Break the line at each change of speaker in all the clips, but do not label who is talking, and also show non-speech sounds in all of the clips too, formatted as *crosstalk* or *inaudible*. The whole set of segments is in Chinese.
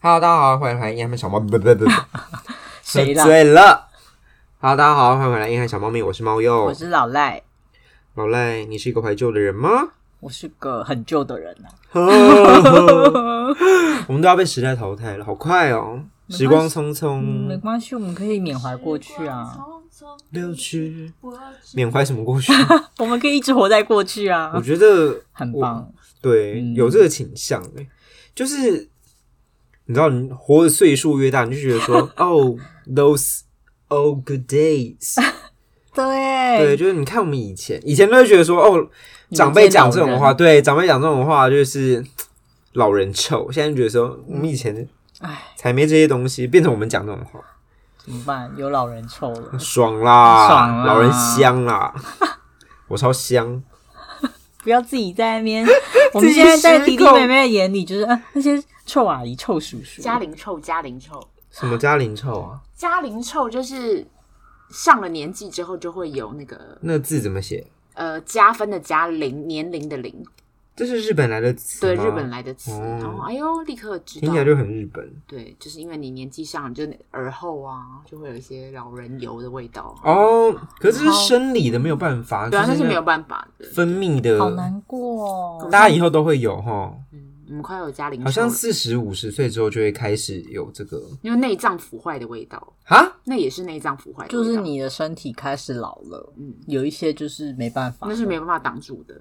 Hello，大家好，欢迎回来《硬汉小猫》，不不不，喝
*laughs* 谁啦
醉了。Hello，大家好，欢迎回来《硬汉小猫咪》，我是猫鼬
我。是老赖，
老赖，你是一个怀旧的人
*laughs*
吗？
我是个很旧的人啊了、
我们都要被时代淘汰了，好快哦，
没关系
时光匆
没
匆
关系，我们可以缅怀过去啊， *laughs*
流去，缅怀什么过去？
我们可以一直活在过去啊
我，觉得
很棒。
对，
嗯
有这个倾向欸就是你知道，你活的岁数越大，你就觉得
*laughs*
说，Oh those old good days，对，
对，
就是你看我们以前，以前都会觉得说，哦，
哎你们
长辈
这些老
讲这种
人
话，对，长辈讲这种话就是嘖老人臭。现在觉得说，我们以前
哎，
才没这些东西，变成我们讲这种话，
怎么办？有老人臭了，
爽啦，
爽啦
老人香啦，我超香。
不 *laughs* 要自己在那边。我们现在在弟弟妹妹的眼里，就是、啊、那些臭阿姨、臭叔叔。
嘉玲臭，嘉玲臭，
什么嘉玲臭啊？
嘉玲臭就是上了年纪之后就会有那个
那个字怎么写？
呃加分的加龄年龄的龄，
这是日本来的词
对
吗
日本来的词。
哦
然后哎呦，立刻知
听
道
起，来就很日本
对，就是因为你年纪上了，就耳后啊就会有一些老人油的味道。
哦。可是这
然
是
后
生理的，没有办法，
对啊，
就
那是
那
没有办法的。
分泌的，
好难过、哦，
大家以后都会有哈。
嗯，我们快要有嘉玲臭了，
好像四十五十岁之后就会开始有这个
因为内脏腐坏的味道，
啊，
那也是内脏腐坏的
就
味道，
是你的身体开始老了，
嗯，
有一些就是没办法
那，是没办法挡住的。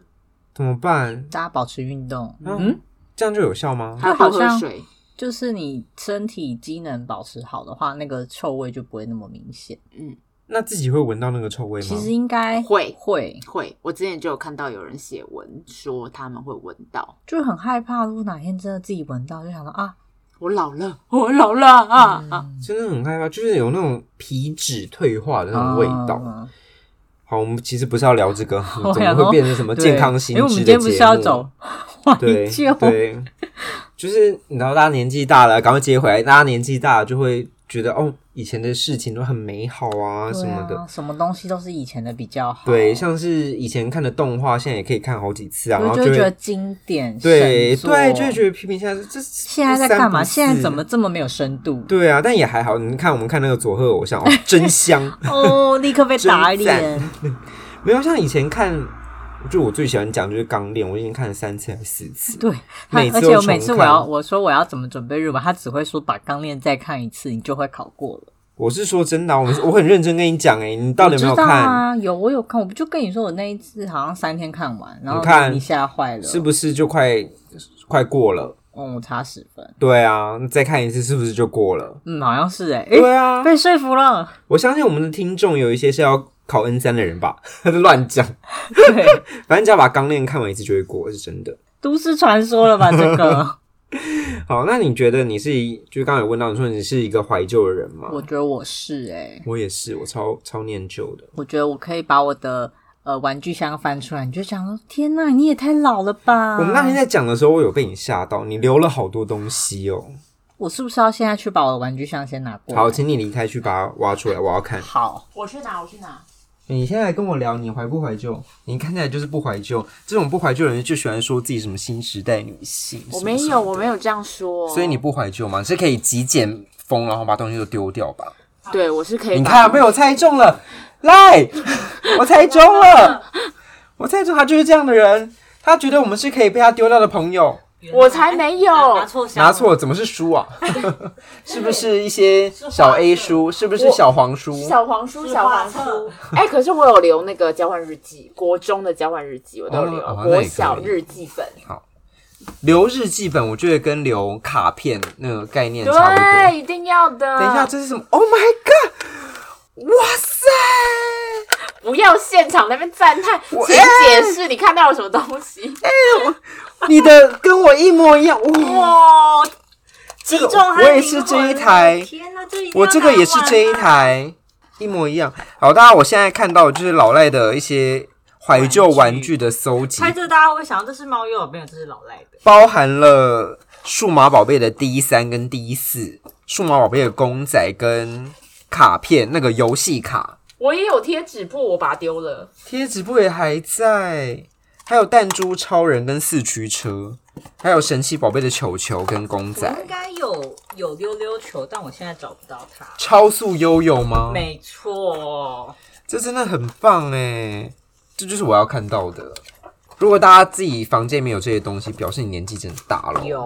怎么办？
大家保持运动。
嗯
嗯，
这样就有效吗？
还有多喝水，
就是你身体机能保持好的话，那个臭味就不会那么明显。
嗯，
那自己会闻到那个臭味吗？
其实应该
会
会，
会。我之前就有看到有人写文说他们会闻到，
就很害怕，如果哪天真的自己闻到，就想到啊
我老了， *laughs* 我老了啊、啊！
嗯
真的很害怕，就是有那种皮脂退化的那种味道。
嗯
好，我们其实不是要聊这
*laughs*
个，
我
怎么
想
会
说
变成什么
*laughs* 对
健康新
因为我们
知
今
的节
天
目？
不是要走
*laughs*
怀 *laughs*
对
旧，
对，就是你知道，大家年纪大了，赶快接回来。大家年纪大了就会觉得，哦，以前的事情都很美好啊，什
对
么
啊
的。
什么东西都是以前的比较好。
对，像是以前看的动画，现在也可以看好几次啊，然
我
后
就
会
会觉得经典，
对
神作
对，就会觉得批评现在这
现在在干嘛？
不三不四
现在怎么这么没有深度？
对啊？但也还好，你看我们看那个佐贺偶
*laughs*
像，哦、真香。
哦，立刻被打脸，
没有像以前看，就我最喜欢讲就是《钢炼》，我已经看了三次还是四次。
对，他
每次
而
都
且我
重
每次我
看
要我说我要怎么准备日文，他只会说把钢链再看一次，你就会考过了。
我是说真的啊、我们我很认真跟你讲，哎，你到底有没有
我知道
看？
啊？有我有看，我不就跟你说我那一次好像三天看完，然后
你看
你吓坏了，
是不是就快快过了？
嗯，我差十分，
对啊，再看一次是不是就过了？
嗯，好
*laughs*
像是哎、欸，
对啊，
被说服了，
我相信我们的听众有一些是要考 N 三的人吧， *laughs* 乱讲。
对，
*laughs* 反正只要把《钢炼》看完一次就会过，是真的。
都市传说
*laughs*
了吧？这个，
好，那你觉得你是一就刚才有问到你说你是一个怀旧的人吗？
我觉得我是哎、
我也是，我超超念旧
嗯
的。
我觉得我可以把我的呃玩具箱翻出来，你就想说，天呐，你也太老了吧？
我们那天在讲的时候，我有被你吓到，你留了好多东西哦。
我是不是要现在去把我的玩具箱先拿过来？
好，请你离开去把它挖出来，我要看。
好，
我去哪？我去哪？
你现在跟我聊你怀不怀旧？你看起来就是不怀旧，这种不怀旧的人就喜欢说自己什么新时代女性。
我
什么
没
什么
有，我没有这样说。
所以你不怀旧吗？你是可以极简风，然后把东西都丢掉吧？
对我是可以
你
把，
看被我猜中了，
*laughs*
来，我猜中了，我猜中他就是这样的人，他觉得我们是可以被他丢掉的朋友。
我才没有。
错箱
拿错了怎么是书啊？ *laughs* 是不是一些小 A 书？是不是小黄书？
小黄书，小黄书。哎、可是我有留那个交换日记，国中的交换日记我都有留，
哦哦那也可
国
以
小日记本。
留日记本，我觉得跟留卡片那个概念差不多。
对，一定要的。
等一下，，这是什么？Oh my god！哇塞！
不要现场那边赞叹，请
我
解释你看到了什么东西。
你的跟我一模一样，
哦
哇！
哇，
这个我也是这一台，
天哪，这一定要
我这个也
啊
是这一
啊
台，一模一样。好，大家，我现在看到的就是老赖的一些怀旧玩具的搜集，
猜这大家会想到这是猫鼬，没有这是老赖的。
包含了数码宝贝的第一三跟第一四，数码宝贝的公仔跟卡片，那个游戏卡，
我也有贴纸布，我把它丢了。
贴纸不也还在？还有弹珠超人跟四驱车，还有神奇宝贝的球球跟公
我应
仔，
该有有溜溜球，但我现在找不到它。
超速悠悠吗？
没错，
这真的很棒哎，这就是我要看到的。如果大家自己房间里面有这些东西，表示你年纪真的大了。哦
有，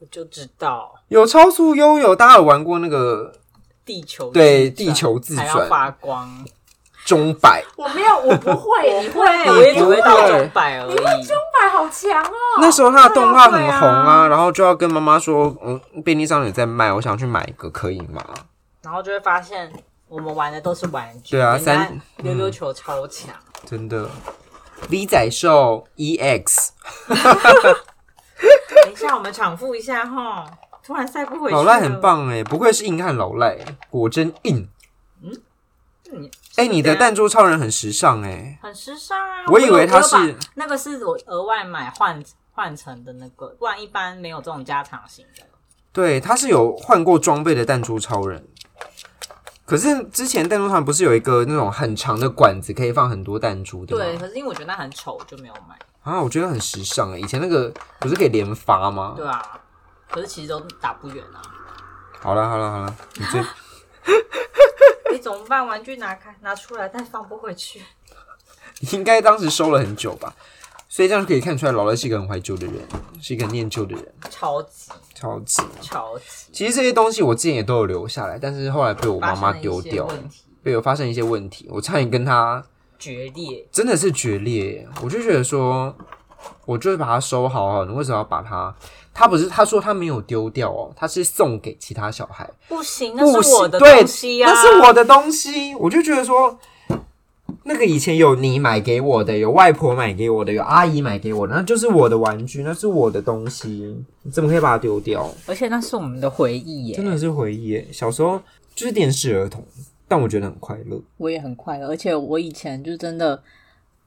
我就知道
有超速悠悠，大家有玩过那个
地球
对
自转
地球自
还
转
要发光。
钟摆？
我没有， *laughs* 我不 *laughs* 会，你
会，
会吗？
哎我也只
不
会到
会
钟摆而已。
百好强哦！
那时候它的动画很红
对
啊，然后就要跟妈妈说，嗯，便利商店有在卖，我想去买一个，可以吗？
然后就会发现我们玩的都是玩具。
对啊
人家
三嗯
溜溜球超强，
真的，V 仔兽 E EX
等一下我们场复一下哈。突然塞不回去，
老赖很。棒哎、不愧是硬汉老赖，果真硬。
嗯
哎、你的弹珠超人很时尚哎、
很时尚啊！
我以为它是
我有把那个是我额外买换换成的那个，不然一般没有这种加长型的。
对，他是有换过装备的弹珠超人。可是之前弹珠超人不是有一个那种很长的管子，可以放很多弹珠的吗？
对，可是因为我觉得那很丑，我就没有买。
啊，我觉得很时尚欸。以前那个不是可以连发吗？
对啊，可是其实都打不远啊。 *laughs*
好了好了好了，你这
你怎么办？玩具拿开拿出来，但放不回去。 *laughs*
你应该当时收了很久吧？所以这样就可以看出来，老赖是一个很怀旧的人，是一个很念旧的人，
超级
超级。
超级。
其实这些东西我之前也都有留下来，但是后来被我妈妈丢掉
发生了一些
了
问，题
被我发生一些问题，我差点跟她
决裂，
真的是决裂。我就觉得说，我就是把它收好好，你为什么要把它？他不是他说他没有丢掉哦，他是送给其他小孩，
不行，
不
那是
行，
我的
对
东西啊，
那是我的东西。我就觉得说，那个以前有你买给我的，有外婆买给我的，有阿姨买给我的，那就是我的玩具，那是我的东西，你怎么可以把它丢掉？
而且那是我们的回忆
真
耶，
的是回忆耶，小时候就是电视儿童，但我觉得很快乐。
我也很快乐。而且我以前就真的，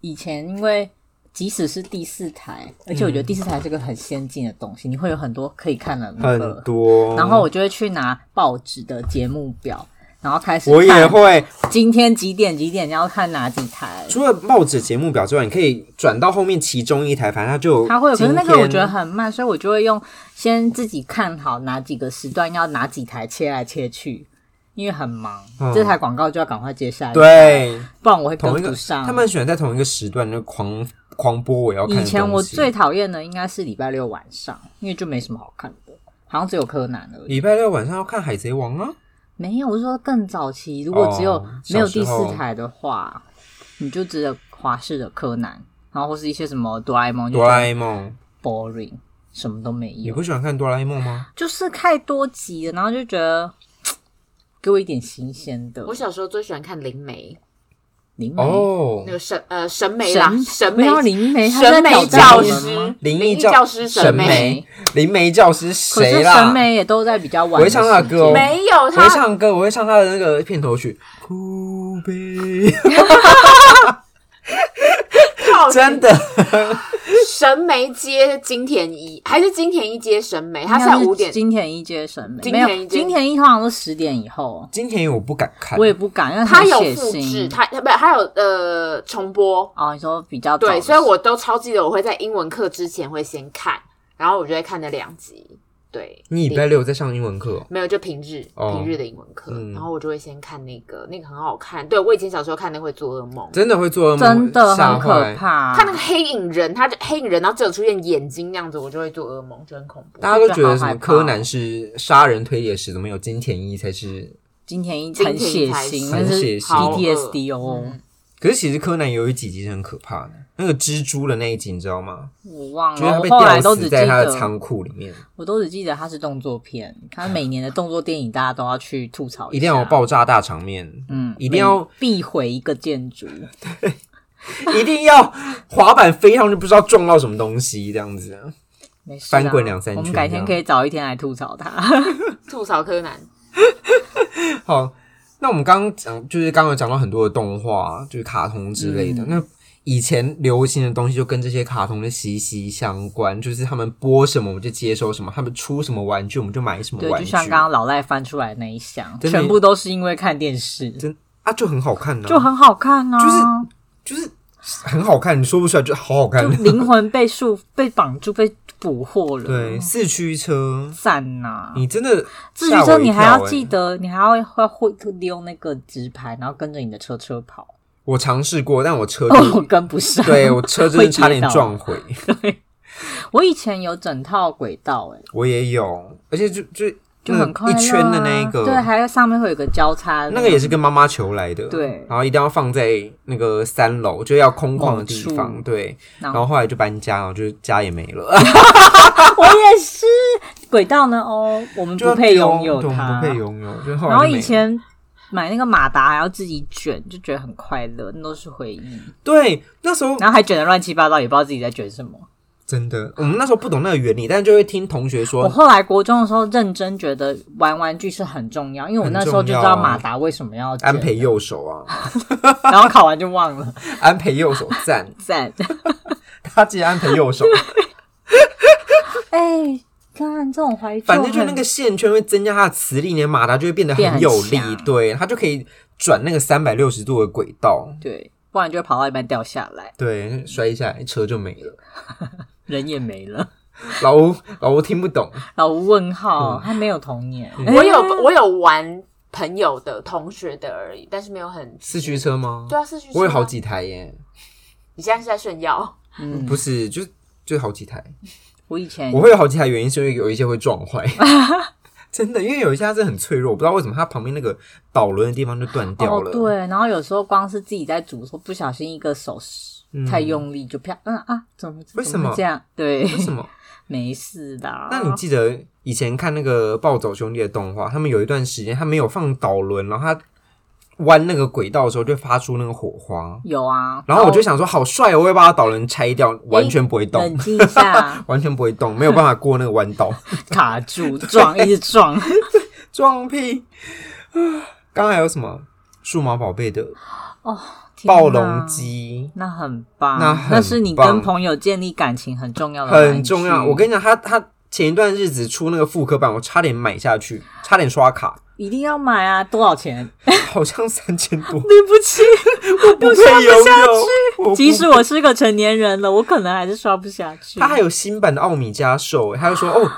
以前因为即使是第四台，而且我觉得第四台是个很先进的东西，你会有很多可以看的那
很
个。
多，
然后我就会去拿报纸的节目表，然后开始
我也
看
会，
今天几点几点你要看哪几台。
除了报纸节目表之外，你可以转到后面其中一台，反正它就有
它会有，可是那个
今天
我觉得很慢，所以我就会用先自己看好哪几个时段要哪几台切来切去，因为很忙，
嗯
这台广告就要赶快接下来，，
对
不然我会跟
同一
不
个
上。
他们喜欢在同一个时段就狂狂播我要看的
以
东西。
前我最讨厌的应该是礼拜六晚上，因为就没什么好看的，好像只有柯南而已。
礼拜六晚上要看《海贼王》啊，
没有，我是说更早期，如果只有
哦
没有
小时
第四
候
台的话，你就只有华视的柯南，然后或是一些什么哆啦 A 梦，就
哆
觉
啦
得
A 梦。
boring，什么都没有。
你不喜欢看哆啦 A 梦吗？
就是太多集了，然后就觉得给我一点新鲜的。
我小时候最喜欢看灵媒，
灵媒、
哦
嗯
那，个神呃神媒啦，神
没
媒
有灵媒，他
神
在
媒
挑战
教
我们
师
吗？
灵
异
异
教师
神
媒
媒，灵媒教师
可是
谁
神
啦？
媒也都在比较晚。
我会唱他的歌哦
没有
我会
他，
唱歌，我会唱他的那个片头曲。哭
*laughs*
悲，真的
神媒接金田一，还是金田一接神媒，哎他
应
是
该
在
是
五点。
金田一接神媒，
金
没
田一
有
接
金田一通常都十点以后，
今天我不敢看，
我也不敢，因为
他
很
有
血
复制，
腥。
他他不，他有呃重播，
哦，你说比较早的
对，
时
所以我都超记得，我会在英文课之前会先看，然后我就会看那两集。对，
你礼拜六在上英文课哦、
没有，就平日、
哦
平日的英文课，
嗯
然后我就会先看那个，那个很好看。对我以前小时候看那个会做噩梦，
真的会做噩梦，
真的
吓
很
坏
可。怕。
看那个黑影人，他就黑影人，然后只有出现眼睛那样子，我就会做噩梦，就很恐怖。
大家都觉
我
得什
就好害
么
怕
柯南是杀人推理的始祖，没有金田一才是。
金田一
金
很
田一
血
才
腥，
是
那是
很血腥
PTSD 哦，
嗯
可是其实柯南有一几集是很可怕的，那个蜘蛛的那一集你知道吗？
我忘
就是
了，
他
我
被
后
吊
来都只
死
记
在他的
得
仓库里面，
嗯我都只记得它是动作片，它每年的动作电影大家都要去吐槽
一定要有
下，
爆炸大场面，
嗯，
一定要
必毁一个建筑，
一定要滑板飞上去，不知道撞到什么东西这样子。
没事啊
翻滚两三圈
我们改天可以找一天来吐槽它。
吐槽柯南，
好，那我们刚刚讲就是刚刚有讲到很多的动画，就是卡通之类
嗯
的。那以前流行的东西就跟这些卡通的息息相关，就是他们播什么我们就接收什么，他们出什么玩具我们就买什么
对，
玩
就
具，
像刚刚老赖翻出来那一箱，
真的
全部都是因为看电视，
真啊就很好看呢、
就很好看啊，
就是就是很好看，你说不出来，就好好看 *laughs*
就。灵魂被束、被绑住、被捕获了。
对，，四驱车，
赞呐、
你真的
自
吓
行
我
车
一
你还
跳
要
欸
记得，你还要会会溜那个直排，然后跟着你的车车跑。
我尝试过，但我
*laughs*
车就、
哦，我跟不上。 *laughs*
对我车真
会
的
跌
差点
倒
撞毁，
我以前有整套轨道、欸，
我也有，而且就就
就
那
很快乐啊
一圈的那一个，
对，还有上面会有一个交叉的，
那个也是跟妈妈求来的，
对
然后一定要放在那个三楼，就要空旷的地
某
方，
哦处
对，
然
然
后
后后来就搬家，然后就家也没了，
我也是轨道呢哦，我们
就
*laughs* 不配
丢
拥有
对我们
它
不。配拥有，就后来
然后
就没
以
了
前买那个马达还要自己卷，就觉得很快乐，那都是回忆。
对那时候
然后还卷的乱七八糟，也不知道自己在卷什么。
真的，我们那时候不懂那个原理，但是就会听同学
我
说，
后来国中的时候认真觉得玩玩具是很重要，因为我那时候就知道马达为什么要卷
安培，右手啊， *laughs*
然后考完就忘了。 *laughs*
安培右手赞，
赞，
他记得安培右手，
*laughs* 哎，看这种怀旧很，
反正就那个线圈会增加它的磁力，你的马达就会变得
变很
有力
强，
对，它就可以转那个三百六十度的轨道，
对，不然就会跑到一半掉下来，
对，摔下来车就没了。
人也没了。 *laughs*
老吴，老吴听不懂，
老吴问号，
嗯
他没有童年。
我有我有玩朋友的、同学的而已，但是没有很
四驱车吗？
对啊，四驱车啊
我有好，几台耶，
你现在是在炫耀？
嗯，
不是，就就好几台。
我以前
我会有好几台，原因是因为有一些会撞
*laughs*
坏，真的，因为有一些它是很脆弱，我不知道为什么它旁边那个导轮的地方就断掉了。
哦，对，然后有时候光是自己在煮的时候，不小心一个手势
嗯
太用力就啪，嗯啊，怎么
为什么
怎会这样？对，
为什么？
*laughs* 没事的
*coughs*
啊。
那你记得以前看那个《暴走兄弟》的动画，他们有一段时间他没有放导轮，然后他弯那个轨道的时候就发出那个火花，
有啊？
然后我就想说好帅哦，我会把它导轮拆掉，完全不会动。，
冷静一
*laughs*
下
完全不会动，没有办法过那个弯道，
卡住撞，一直撞。
撞屁！ *sighs* 刚刚还有什么数码宝贝的 *laughs*
天哪
暴龙，机
那很棒，
那很
是你
棒
跟朋友建立感情很重要的玩具，
很重要，我跟你讲，他他前一段日子出那个复刻版，我差点买下去，差点刷卡，
一定要买啊！多少钱？
好像三千 *laughs* 多，
对不起，
不可以拥有。我 *laughs* 不
即使我是个成年人了，我可能还是刷不下去。
他还有新版的奥米加兽，他就
*gasps*
说哦，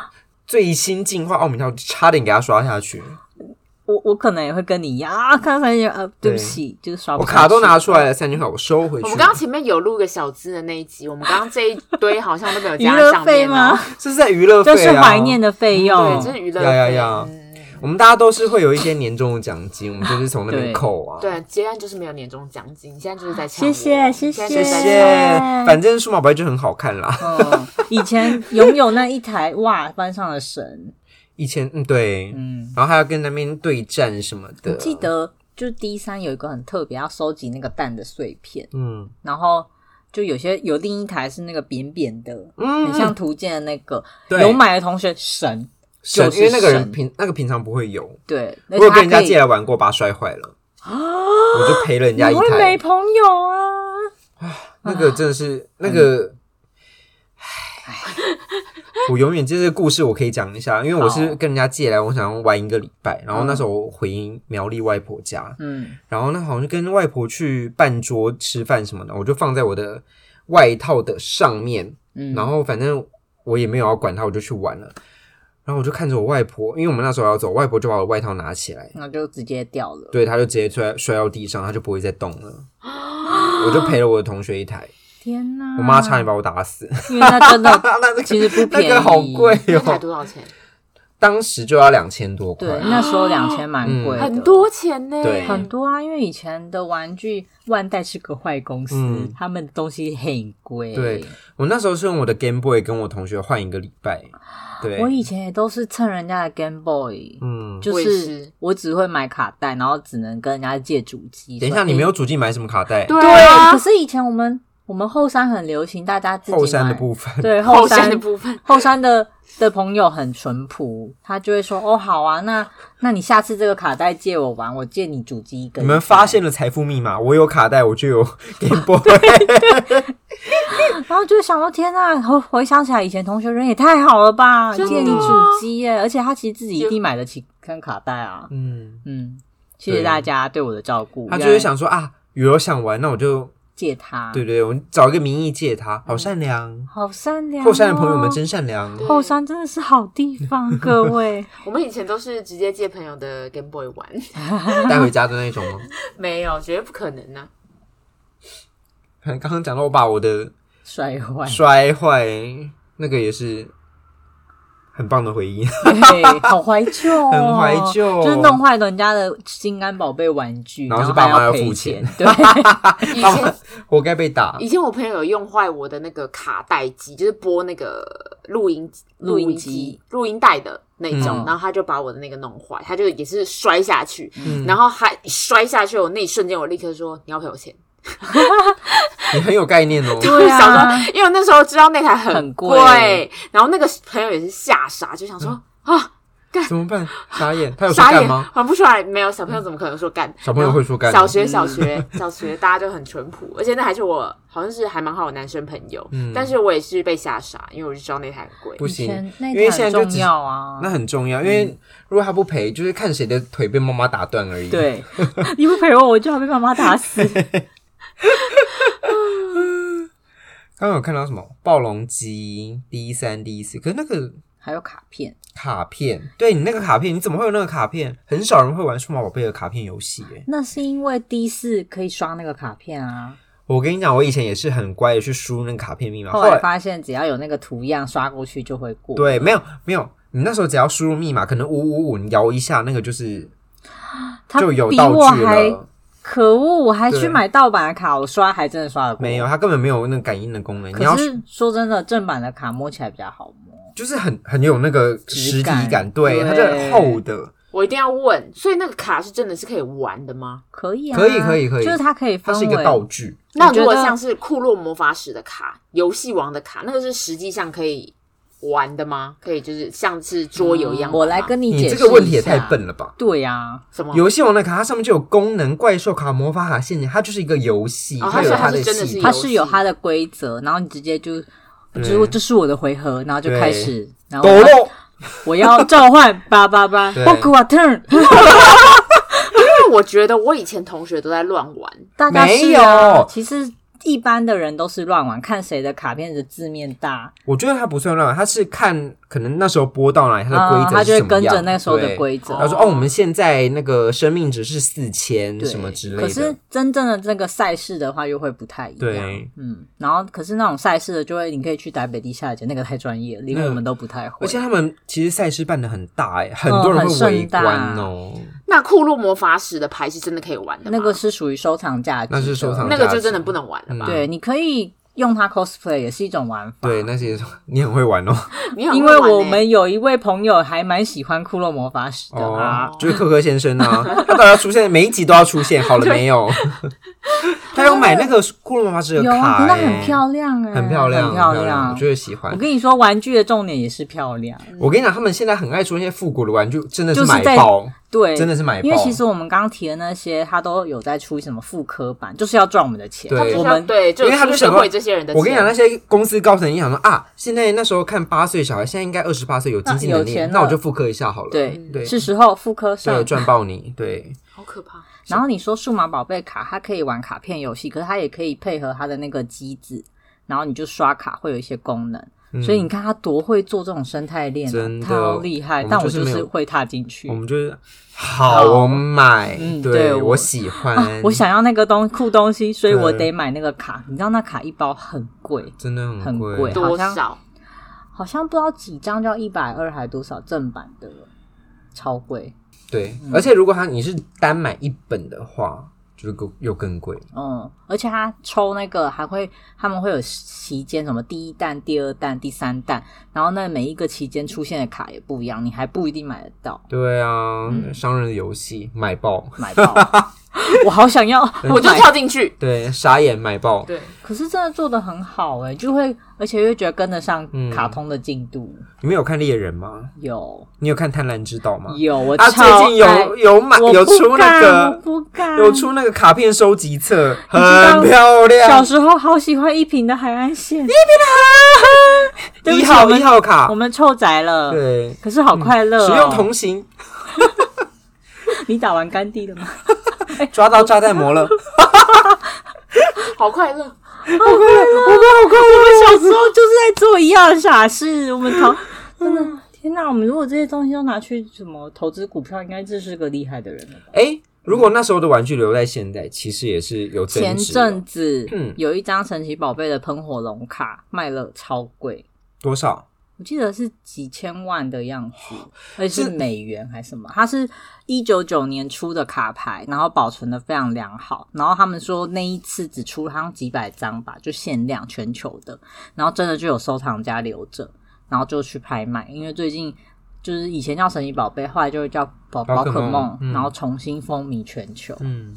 最新进化奥米加，兽，差点给他刷下去，
啊
我
我我可能也会跟你一样啊，看到三千呃，对
对
不起，就是刷不
我
下
卡都
去
拿出来了，三千块我收回去。
我们刚刚前面有录个小资的那一集，我们刚刚这一堆好像都没有
娱
加在
乐
上
费
面
吗
哦。？
这是在娱乐费
就
啊，
是怀念的费用
对，，这是娱乐
嗯呀呀
费。
呀
嗯
我们大家都是会有一些年终的奖金，我们就是从那边
对
扣啊。
对，接案就是没有年终奖金，你现在就是在抢
谢
我。
谢谢
你现在
谢
就是在
谢
抢我。
反正数码宝贝就很好看啦。
嗯，以前拥有那一台哇，班上的神，
以前嗯对，
嗯，
然后还要跟那边对啊战什么的。
记，得就 D 三有一个很特别，要收集那个蛋的碎片，
嗯
然后就有些有另一台是那个扁扁的，
嗯，
很像图鉴的那个，
对
有买的同学神，
神，
就是
因为那个人
神
平那个平常不会有，
对，
我
而且
有
他
跟人家
可以
借来玩过，把它摔坏
*gasps*
了，我就赔了人家
你
一
会
台。
没朋友啊。
那
嗯
个真的是那个。唉我永远这个故事我可以讲一下，因为我是
好
跟人家借来，我想要玩一个礼拜，然后那时候我回苗栗外婆家，
嗯，
然后那好像是跟外婆去办桌吃饭什么的，我就放在我的外套的上面，
嗯
然后反正我也没有要管它，我就去玩了。然后我就看着我外婆，因为我们那时候要走，外婆就把我的外套拿起来，
那就直接掉了。
对，她就直接摔摔到地上，她就不会再动了。我就赔了我的同学一台，
天哪！
我妈差点把我打死。
因为那真的
哦 *laughs* 那那个
其实不便宜
那个好贵
那台
哦，
多少钱？
*laughs* 当时就要两千多块
对，，那时候两千蛮
嗯
贵的，
很多欸钱呢。
对
很多啊，因为以前的玩具万代是个坏公司，
嗯
他们东西很贵。
对，我那时候是用我的 Game Boy 跟我同学换一个礼拜。对，
啊我以前也都是蹭人家的 Game Boy，、
嗯，
就
我也
是
是
我只会买卡带，然后只能跟人家借主机。
等一下，
所以
你没有主机买什么卡带？
对
对
啊
可，是以前我们我们后山很流行，大家自己买
后山的部分，
对后
后
山
山的部分。
后山的的朋友很淳朴，他就会说：“哦，好啊，那那你下次这个卡带借我玩，我借你主机一个。”
你们发现了财富密码，我有卡带，我就
*laughs*
有 Game Boy，
嗯然后就想说：“天啊，回回想起来，以前同学人也太好了吧，
真的
借
啊
你主机耶！而且他其实自己一
就
定买得起跟卡带啊。
嗯，
嗯，谢谢大家对我的照顾。
他就会想说啊，有想玩，那我就
借他。
对，对，对我找一个名义借他，
嗯
好善良。
好善良、哦。
后山的朋友们真善良，
对
后山真的是好地方，各
*laughs*
位。
我们以前都是直接借朋友的 Game Boy 玩，
啊
带回家的那种吗？
*laughs*
*laughs*
没有，绝对不可能啊！
刚刚讲到我把我的
摔坏。
摔坏，那个也是很棒的回忆。
对，好怀旧、哦，
很怀旧
就是弄坏人家的心肝宝贝玩具，
然
然
后是爸妈
还要
要付
赔
钱
钱。
*laughs*
对，
以前
活该被
啊
打。
以前我朋友有用坏我的那个卡带机，就是播那个录音
录音
音
机
机、录音带的那
嗯
种，然后他就把我的那个弄坏，他就也是摔下去，
嗯
然后还摔下去，我那一瞬间我立刻说你要赔我钱，
你很有概念哦。
对啊
*laughs* 想说，因为我那时候知道那台
很
很
贵嗯
然后那个朋友也是吓傻，就想说、啊。
怎么办？傻
*laughs*
眼，他有说
傻
干
眼
吗？，
还不出来。没有小朋友怎么可能说干？
小朋友会说干
然后小学，小学，小学， *laughs* 大家就很淳朴，而且那还是我好像是还蛮好的男生朋友。
嗯
但是我也是被吓傻，因为我就知道那台很贵。
不
以
行
前，那一
因为现
台
在
很
就
重
只
要啊。
那很重要，因为如果他不赔，就是看谁的腿被妈妈打断而已。，
*laughs* 对， *laughs* 你不陪我，我就要被妈妈打死。
刚刚有看到什么暴龙机 D 三 D 四，可是那个
*laughs* 还有卡片，
卡片，对你那个卡片，你怎么会有那个卡片？很少人会玩数码宝贝的卡片游戏耶。
那是因为 D 四可以刷那个卡片啊。
我跟你讲，我以前也是很乖的去输入那个卡片密码，
后
后
来
来
发现只要有那个图样刷过去就会过。，
对，没有没有，你那时候只要输入密码，可能五五五，你摇一下，那个就是
他
就有
比
道
我
具
还
了。
可恶，我还
对
去买盗版的卡，我刷还真的刷得过。
没有，。它根本没有那个感应的功能。你要
可是说真的，正版的卡摸起来比较好摸。
就是很很有那个实体
质
感，
感
对，
对
它是厚的，
我一定要问，所以那个卡是真的是可以玩的吗？
可以啊，
可以可以可以
就是它可以
它
分
是一
为
个道具。
那
觉
如果
得
像是库洛魔法使的卡、游戏王的卡，那个是实际上可以玩的吗？可以就是像是桌游一样玩吗、
嗯我来跟你
你
解释
这个问题也太。笨了吧！
对啊呀、
什么？
游戏王的卡，它上面就有功能、怪兽卡、魔法卡、陷阱，它就是一个游戏，
哦
有
它是
它
它是真的
系
是
统
它
游。
是
戏
有它的规则，然后你直接就，
对
就是这是我的回合，然后就
对
开始，然后
狗
我要
肉，
我要
*laughs*
召唤八八八
对
b o k w
*laughs*
a turn，
因为我觉得我以前同学都在乱玩，
大家是啊
没有
其实一般的人都是乱玩，看谁的卡片的字面大，
我觉得它不算乱，它是看可能那时候播到哪里，它的规
啊，
则
他
是
就会
什么
跟
样
着那时候的
对
规则。
他说：“哦，我们现在那个生命值是四千
对
什么之类的。”
可是真正的这个赛事的话，又会不太一样。
对，
嗯，然后可是那种赛事的，就会你可以去台北地下街，那个太专业，连
那
我们都不太会。
嗯而且他们其实赛事办的很大哎、很多人
很
会
盛
围观
嗯大
哦。
那库洛魔法使的牌是真的可以玩的吗
那个是嗯属于收藏价值的，
那是收藏
那个就真的不能玩了吧？
对，你可以用它 cosplay 也是一种玩法。
对，那些你很会
*laughs*
玩哦。
你很
因
会
为
玩
我
欸
们有一位朋友还蛮喜欢骷髅魔法使的啊，
哦，就是可可先生啊， *laughs* 他到底要出现，每一集都要出现，好了没有？ *laughs* 他有买那个骷髅魔法师的
有啊，
卡、
可是
欸，
那很漂亮哎，
很漂亮，
很漂
亮，我就是喜欢
我。跟你说，玩具的重点也是漂亮，
我跟你讲，他们现在很爱出那些复古的玩具，真的
就是
买
在
爆，
对，
真的是买爆。
因为其实我们刚刚提的那些，它都有在出什么复刻版，就是要赚我们的钱。
对
欸他就是
我
要
们
对，就
因为他
出
就
社
想说
会这些人的钱。
我跟你讲，那些公司高层一想说啊，现在那时候看八岁小孩，现在应该二十八岁有经济
那有
能力
钱，了
那我就复刻一下好了。
对
对
是时候复刻
对，
上。
赚爆你！
*laughs*
对，
好可怕。
然后你说数码宝贝卡，它可以玩卡片游戏，可是它也可以配合它的那个机子，然后你就刷卡会有一些功能。
嗯
所以你看它多会做这种生态链、哦
真的
它好厉害。
我们
但我
就是
就
没有
是会踏进去
我。们就是好我买，
嗯
对
对我
我喜欢、
啊我想要那个东酷东西，所以我
对
得买那个卡。你知道那卡一包很贵，
真的
很
贵，
贵
多
好像
少？
好像不知道几张就要一百二还多少正版的了，超贵。
对，
嗯
而且如果他你是单买一本的话，就是更又更贵。
嗯，而且他抽那个还会，他们会有期间，什么第一弹、第二弹、第三弹，然后那每一个期间出现的卡也不一样，你还不一定买得
*laughs*
到，
对啊，
嗯
商人的游戏买爆，
买爆。我好想要，
我就
买
跳进去。
对，傻眼买爆。
对，
可是真的做的很好哎、就会，而且又觉得跟得上
嗯
卡通的进度。
你们有看猎人吗？
有
你有看贪婪之岛吗？
有，我
啊，
超
最近
爱
有有买
我
有
不
出那
敢我
个
不敢
有出那个卡片收集册，很
啊道
漂
小
亮。
时候好喜欢一品的海岸线，一品的海岸，
一
*laughs* 对不起
号
我们
一号卡
我，们臭宅了，
对，
可是好快乐、哦，
使用同行，
*laughs* 你打完甘地了吗？
*laughs* 抓到炸弹魔了。
好快乐，
小时候就是在做一样的傻事，我们 *laughs* 投真的。天哪！我们如果这些东西都拿去什么投资股票，应该这是个厉害的人了吧？
哎、如果那时候的玩具留在现代，其实也是有增值
前阵子
嗯
有一张神奇宝贝的喷火龙卡卖了超贵，
多少？
我记得是几千万的样子，
哦
而且是美元还是什么？它是一九九年出的卡牌，然后保存的非常良好。然后他们说那一次只出好像几百张吧，就限量全球的。然后真的就有收藏家留着，然后就去拍卖。因为最近就是以前叫神奇宝贝，后来就叫宝
宝
宝
可
可
梦
梦，
嗯
然后重新风靡全球。
嗯，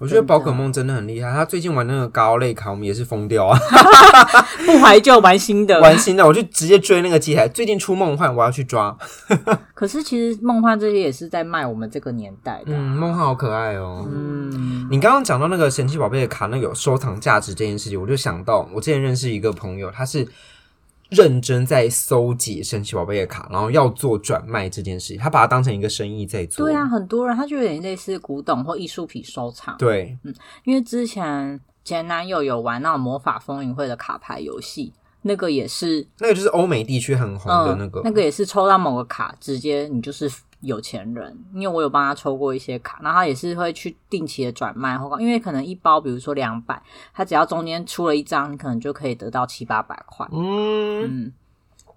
我觉得宝可梦真的很厉害，他最近玩那个高类卡，我们也是疯
*laughs*
掉啊，
不怀旧，玩
*laughs*
新的。
玩新的，我就直接追那个机台。最近出梦幻，我要去抓。
可是其实梦幻这些也是在卖我们这个年代的
嗯，
啊、
梦幻好可爱哦。
嗯
你刚刚讲到那个神奇宝贝的卡，那个有收藏价值这件事情，我就想到我之前认识一个朋友，他是认真在搜集神奇宝贝的卡，然后要做转卖这件事情，他把它当成一个生意在做。
对啊，，很多人他就有点类似古董或艺术品收藏，
对，
因为之前前男友有玩那种魔法风云会的卡牌游戏，那个也是，
那个就是欧美地区很红的
嗯，
那个，
那个也是抽到某个卡，直接你就是有钱人。因为我有帮他抽过一些卡，然后他也是会去定期的转卖或因为可能一包比如说两百，他只要中间出了一张，你可能就可以得到七八百块，
嗯，
嗯。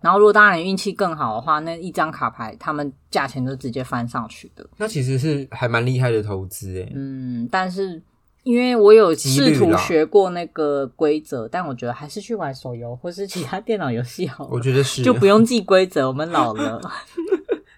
然后，如果当然运气更好的话，那一张卡牌他们价钱就直接翻上去的。
那其实是还蛮厉害的投资欸诶。
嗯，但是因为我有
几率
试图
啦
学过那个规则，但我觉得还是去玩手游或是其他电脑游戏好了
我觉得是，
就不用记规则，我们老了，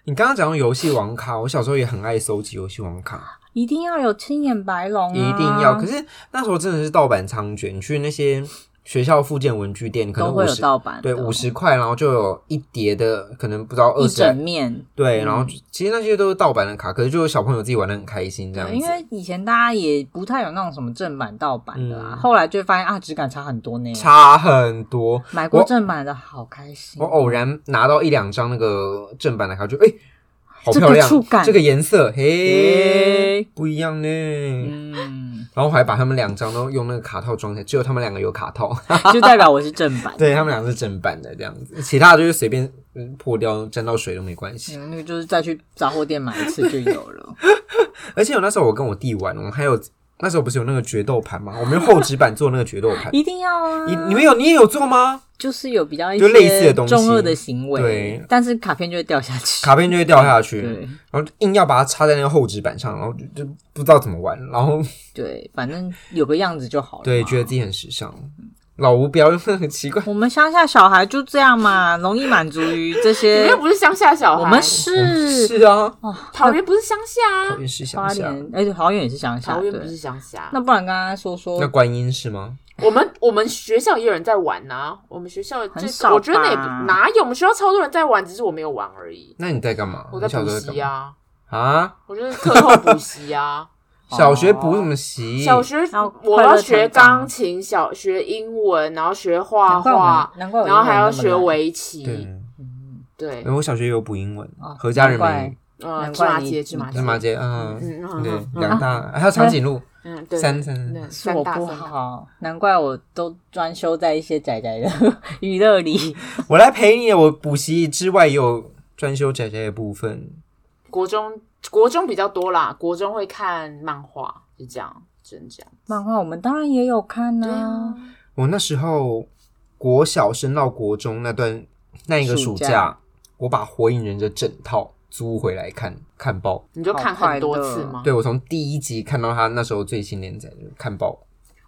你刚刚讲到游戏王卡，我小时候也很爱收集游戏王卡，
一定要有青眼白龙、啊，
一定要。可是那时候真的是盗版猖獗，你去那些学校附件文具店，可能
都会
五
有
十
盗版
对
的哦
五十块，然后就有一叠的，可能不知道二
一整嗯
十
面。
对，然后就其实那些都是盗版的卡，可是就有小朋友自己玩的很开心这样
对，
子。
因为以前大家也不太有那种什么正版盗版的啊，
嗯
后来就发现啊，质感差很多呢。
差很多，
买过
我
正版的好开心
我，哦偶然拿到一两张那个正版的卡，就哎、好
这个
漂亮，
触感
这个颜色，嘿
嘿，
不一样呢。
嗯，
然后我还把他们两张都用那个卡套装起来，只有他们两个有卡套， *laughs*
就代表我是正 *laughs* 版。
对他们两个是正版的这样子，其他的就是随便嗯破掉沾到水都没关系。
嗯，那个就是再去杂货店买一次就有
*laughs*
了。，
而且我那时候我跟我弟玩，我们还有那时候不是有那个决斗盘吗？我们用厚纸板做那个决斗
*laughs*
盘
一定要啊！
你你们有你也有做吗？
就是有比较一
就
些
类似的东西
中二的行为，
对
但是卡片就会掉下去。
卡片就会掉下去，
对
然后硬要把它插在那个厚纸板上，然后就就不知道怎么玩，然后
对，反正有个样子就好了嘛。
对觉得自己很时尚。老吴不要用那很奇 *laughs* 怪，
我们乡下小孩就这样嘛，容易满足于这
你
些
们。又不是乡下小孩，
我们是
是啊，
桃园不是乡下
讨
啊，
厌是想
花
下。
莲，而且桃园也是乡下。
桃园不是
对，
乡下。啊
那不然刚刚说说
那观音是吗？
我们 *laughs* 我们学校也有人在玩呐、我们学校
很
这
少吧
我觉得那也不哪有，我们学校超多人在玩，只是我没有玩而已。
那你在干
嗯
嘛？
我在
你小
补
时候
习
干嘛
啊，
啊？
我就是课后补习
*laughs*
啊。
小学补什么习？
小学
然后
我
快乐
要学
成长
钢琴，小学英文，然后学画
难怪我
画
们，难怪我
然后还要
哦英文那么嗯
学
烂
围
对
棋。，对
哎，我小学有补英文
哦，
何家人
难
民、
呃，
难
芝
怪
麻
你
街，芝麻
芝麻
街，
街，嗯，
嗯嗯
对
嗯，
两大还有长颈鹿，
嗯，对，
三层
对
是
三
我
大
不
三大。
好，难怪我都专修在一些宅宅的 *laughs* 娱乐里。
我来陪你，我补习之外也有专修宅宅的部分。
国中国中比较多啦，国中会看漫画，是这样，真这样。
漫画我们当然也有看
对啊
呐，
我那时候国小升到国中那段那一个暑
暑假
假，我把《火影忍者》整套租回来看看爆。
你就看
好快
很多
乐
次吗？
对我从第一集看到他那时候最新连载的看爆，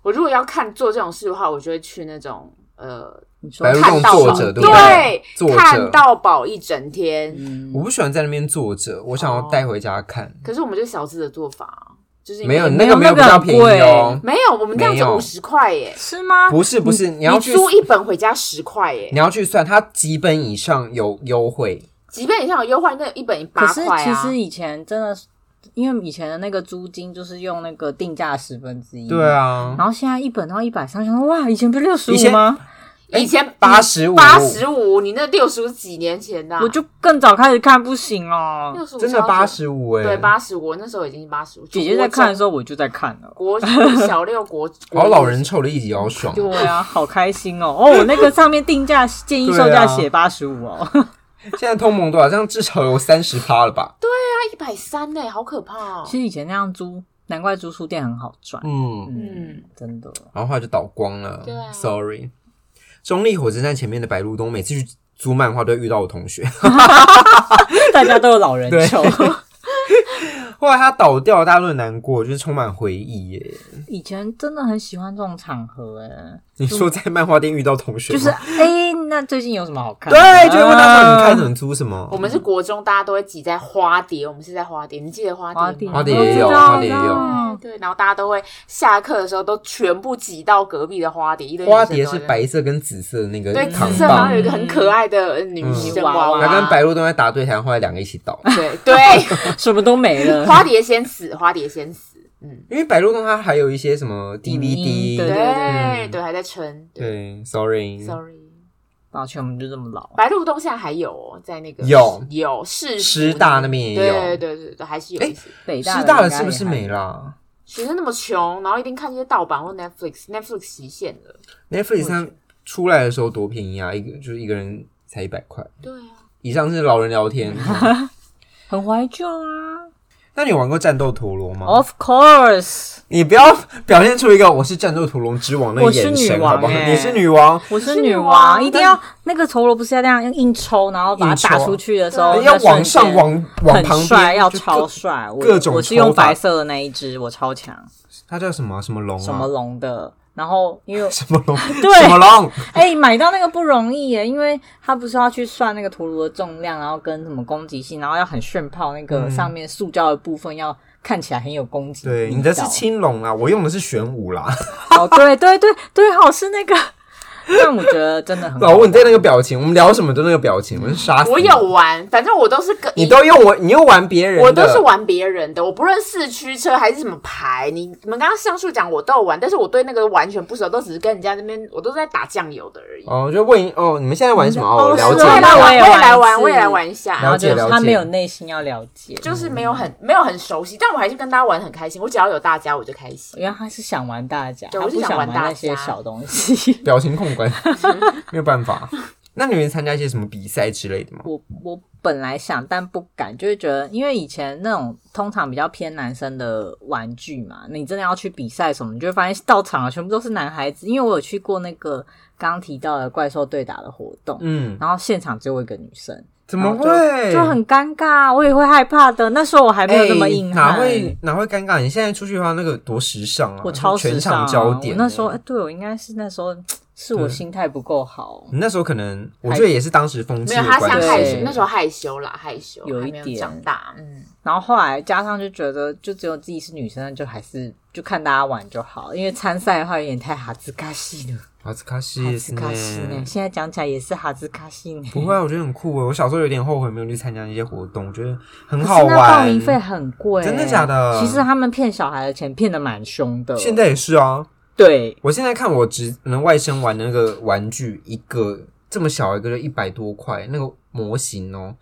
我如果要看做这种事的话，我就会去那种呃，
你说
白鹿
看
洞
到
作
宝，
者对不
对，
作者
看到宝一整天。
嗯
我不喜欢在那边坐着，我想要带回家看。
可是我们就是小资的做法啊，就是因为
没有
没
那个
有
没有比
那个
较
很
便宜哦，
没有，我们这样子
没有
五十块耶，
是吗？
不是不是，你要去
租一本回家十块耶
你，要去算，它几本以上有优惠，
几本以上有优惠，那一本
可
八
是
块
其
啊。
实以前真的是，因为以前的那个租金就是用那个定价十分之一，
对。啊，
嗯然后现在一本到一百三，想说哇，以前不是六十
以前
五吗？
以前
哎八十五，
八十五，你那六十几年前的啊、
我就更早开始看不行哦。
六十五
真的八，十五哎，
对八十五，我那时候已经八十五。
姐姐在看的时候我就在看了。
*laughs*
国国小六国，
然后
国
老人臭的一集好爽，
对啊，好开心哦！哦，我那个上面定价建议售价写八十五哦。 *laughs*
现在通膨多少？这样至少有三十趴了吧？
一百三呢，好可怕哦。
其实以前那样租，难怪租书店很好赚。
嗯，
嗯
嗯，
真的。
然后后来就倒光了。
对啊
s o r r y 中立火车站前面的白鹿洞，每次去租漫画都会遇到我同学。 *laughs*
大家都有老人愁。 *laughs*
后来它倒掉，大家都很难过，就是充满回忆耶。
以前真的很喜欢这种场合，哎，
你说在漫画店遇到同学
就
吗，
是哎、那最近有什么好看的？
对，就会问他说：“你看
啊
什么租什么？”
我们是国中，大家都会挤在花蝶，我们是在花蝶，你记得花
啊花
蝶
蝶，
吗？
花蝶也有
我知道
花蝶也有
啦
对，然后大家都会下课的时候都全部挤到隔壁的花蝶，一堆女生
花蝶
都
是
在
白色跟紫色的那个
对，
扛
紫色，然
棒
后有，一个很可爱的呃女生娃
嗯
它
娃，
跟白鹿洞在答对台，后来两个一起倒。
对对，
什么都
*laughs*
没了。
花蝶先死，花蝶先死，嗯，
因为百鹿洞它还有一些什么 DVD，、
嗯对
对
嗯
对，还在撑，对
对，sorry，
，sorry，
抱歉，我们就这么老。
白鹿洞现在还有哦，在那个
有
有是
师大那边也有，
对对对对对，还是有一些
北大
师大的
的应该
是不是
也还
没啦
学生那么穷，然后一定看一些盗版或 Netflix，Netflix 极限了，
？Netflix 它出来的时候多便宜啊，一个就是一个人才一百块。
对啊，
以上是老人聊
*laughs*
天。 *laughs*
很怀旧啊
那你玩过战斗陀螺吗
？Of course，
你不要 *laughs* 表现出一个我是战斗陀螺之王的
我是
眼
女
神，
王
好不好？
欸
你是女王，
我是
女
女
王
王，一定要那个陀螺不是要这样硬抽，然后把
硬抽
它打出去的时候，
哎要
哦那瞬
往上
间
往往旁
很帅，
边，
要
就各
超帅。我
各种
我是
抽
用
法
白色的那一只，我超强，
它叫什么啊什么龙啊？
什么龙的。然后因为
什么龙？
*laughs* 对
什么龙？
*laughs* 哎、买到那个不容易耶，因为他不是要去算那个陀螺的重量，然后跟什么攻击性，然后要很炫炮，那个
嗯
上面塑胶的部分要看起来很有攻击力道。
对，你的是青龙啊，我用的是玄武啦。 *laughs*
哦，对对对对，好是那个，但我觉得真的很好
老吴，你 *laughs* 在那个表情，我们聊什么都那个表情，我是杀死你
*laughs* 我有，玩，反正我都是跟
你都用我，你又玩别人的，
我都是玩别人的，我不论四驱车还是什么牌，你你们刚刚上述讲我都有玩，但是我对那个完全不熟，都只是跟人家那边，我都是在打酱油的而已。
哦，就问一哦，你们现在玩什么？哦，
哦
了
是
解
我也来
那我
玩，
也
我也
玩
来
一
玩，
次
我也来玩一
然
了
后
下，
解
就是他
解
没有内心要了解，
就是没有很没有很熟悉，但我还是跟大家玩得很开心，我只要有大家我就开心。
原来他是想玩大家，
对
他
我是
不
想
想
玩
玩
大
那些
家
小东西。
表情控管， *laughs* 没有办法。那你们参加一些什么比赛之类的吗？
我我本来想，但不敢，就是觉得，因为以前那种通常比较偏男生的玩具嘛，你真的要去比赛什么，你就会发现到场的啊全部都是男孩子。因为我有去过那个刚刚提到的怪兽对打的活动，
嗯，哎
然后现场只有我一个女生，
怎么
然后
会？
哦就就很尴尬，啊我也会害怕的。那时候我还没有那么
哎
硬汉。
哪会哪会尴尬？你现在出去的话，那个多时尚啊！
我超时
全
尚啊、
场焦点。哦欸
我那时候，哎，对我应该是那时候是我心态不够好，
你那时候可能，我觉得也嗯是当时风气
没
的
有，他
关
像
系。
害
对
羞，那时候害羞啦，害羞，
有一
还没
点
长大，嗯，
然后后来加上就觉得，就只有自己是女生，就还是就看大家玩就好，因为参赛的话有点太哈兹卡西了，
哈兹卡西
哈
耶斯
兹卡西呢，
呢？
现在讲起来也是哈兹卡西呢。
不会啊，我觉得很酷诶。我小时候有点后悔没有去参加那些活动，我觉得很
可
好
是那报
玩。
名费很贵，
真的假的
其实他们骗小孩的钱骗的蛮凶的。
现在也是啊，
对，
我现在看我侄能外甥玩的那个玩具，一个这么小一个就一百多块，那个模型哦，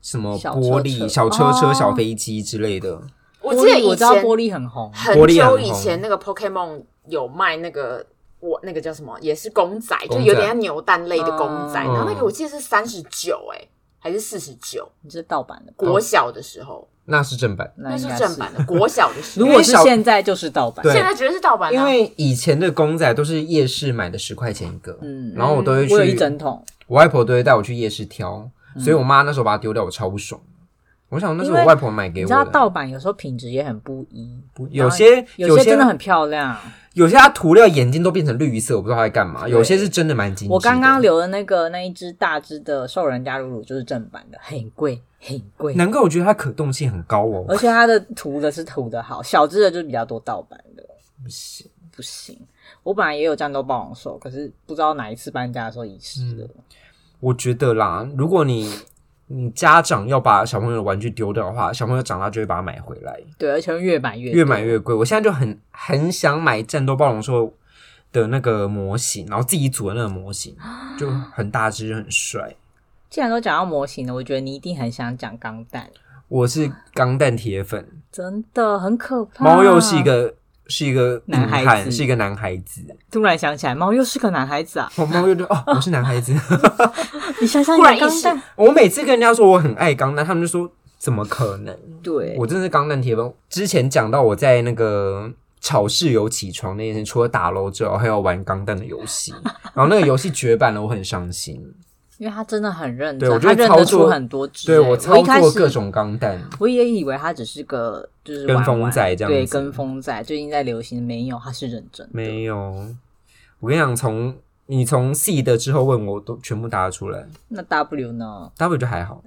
什么
小
玻璃小
车车
车车、
哦
小飞机之类的，
我记得
玻璃
以
我知道
前
玻璃很红，
玻
很
璃很
久
红
以前那个 Pokemon 有卖那个。我那个叫什么，也是公仔，
公
就
仔
有点像扭蛋类的公仔，
嗯
然后那个我记得是三十九哎，还是四十九？
你这盗版的
哦
吧，
国小的时候，
那是正版。
那
那
应
是
该
正版的。国小的时
如
候，
果是现在就是盗版，
对
*laughs* 现在绝对是盗版的
因
啊。
为以前的公仔都是夜市买的十块钱一个，
嗯
然后我都会去，
我有一整桶，
我外婆都会带我去夜市挑，所以我妈那时候把它丢掉，我超不爽。我想那是
因
我
为
外婆买
你
给
知
我
道
的，
盗版有时候品质也很不一，
有些
有
些
些真的很漂亮。
有些它涂料眼睛都变成绿色，我不知道它在干嘛。有些是真的蛮精致的。
我刚刚留的那个那一只大只的兽人加乳乳就是正版的，很贵 *laughs* 很贵，
难怪我觉得它可动性很高哦
而。且它的涂的是涂的好，小只的就是比较多盗版的，
不行，
不行。我本来也有战斗霸王兽，可是不知道哪一次搬家的时候遗失了。
嗯我觉得啦，如果你你家长要把小朋友的玩具丢掉的话，小朋友长大就会把它买回来，
对，而且越买越
越买越贵。我现在就很很想买战斗暴龙兽的那个模型，然后自己组的那个模型，
啊
就很大只，很帅。
既然都讲到模型了，我觉得你一定很想讲钢弹，
我是钢弹铁粉，
真的很可怕。
猫又是一个是一个硬
男孩
汉
子
是一个男孩子。
突然想起来，猫又是个男孩
*laughs*
子啊！
我猫又就哦，我是男孩子。 *laughs*
你想想，
忽然
你钢
意识
弹，
我每次跟人家说我很爱钢弹，他们就说怎么可能？
对，
我真的是钢弹铁粉。之前讲到我在那个吵室友起床那件事，除了打楼之后，还有玩钢弹的游
*laughs*
戏，然后那个游戏绝版了，我很伤心。
因为他真的很认
对
真，
我觉
他
得
认
操
得出
作
很多只欸。
对我操
一开
作
始
各种钢弹，
我也以为他只是个就是
跟
玩
风
玩
仔这样
对，
子嗯
跟风仔最近在流行，没有，他是认真的。
没有。我跟你讲，从你从 C 的之后问我，我都全部答得出来。
那 W 呢？
W 就还好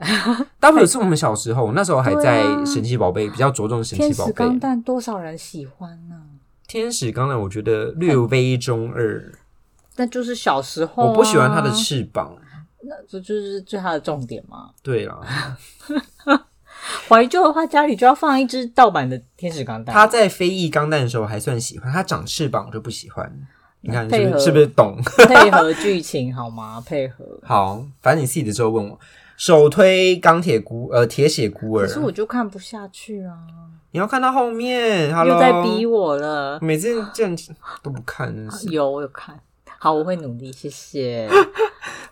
，W 是我们小时候，那时候还在
对啊
神奇宝贝，比较着重神
天
奇宝
使
贝。
钢弹多少人喜欢呢、
天使钢弹，我觉得略微中二，
那就是小时候、啊
我不喜欢它的，翅膀。
这就是最它的重点嘛。
对啦，
怀旧的话，家里就要放一只盗版的天使钢弹。
它在飞翼钢弹的时候还算喜欢，它长翅膀我就不喜欢。你看是
嗯配
不
合
是是不是懂？ *laughs*
配合剧情好吗？配合。
好，反正你 C 的之后问我，首推钢铁孤呃铁血孤儿
可，是我就看不下去啊！
你要看到后面
又
，Hello，
在逼我了。
每次这样都不看，真是。
有，我有看。好，我会努力，谢谢。
*laughs*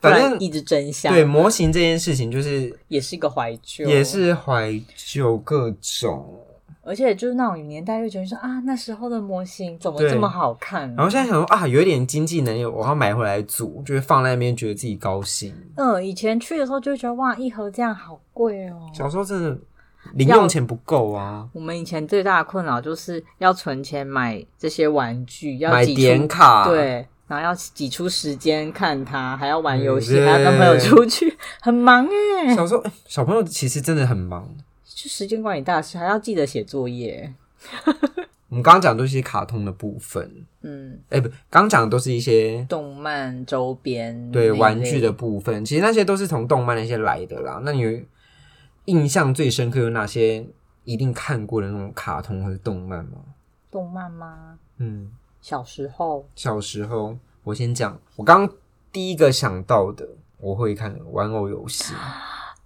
反
不然
正
一直真相，
对，模型这件事情，就是
也是一个怀旧，
也，是怀旧各种。
而且就是那种年代，就觉得说啊，那时候的模型怎么
对
这么好看？
然后现在想说啊，有一点经济能力，我要买回来组，就是放在那边，觉得自己高兴。
嗯，以前去的时候就会觉得哇，一盒这样好贵哦。
小时候真的零用钱不够啊，
我们以前最大的困扰就是要存钱买这些玩具，要
买
挤出
点卡，，
对，然后要挤出时间看它，还要玩游戏，
嗯
还要跟朋友出去，很忙
嗯
哎、
小时候哎小朋友其实真的很忙。
就时间管理大师，还要记得写作业。
我们刚刚讲的都是一些卡通的部分，
嗯，
哎、不，刚刚讲的都是一些
动漫周边
对
那一
玩
类
具的部分，其实那些都是从动漫那些来的啦。那你有印象最深刻有哪些一定看过的那种卡通或者动漫吗？
动漫吗？
嗯，
小时候
小时候我先讲，我刚刚第一个想到的，我会看玩偶游戏，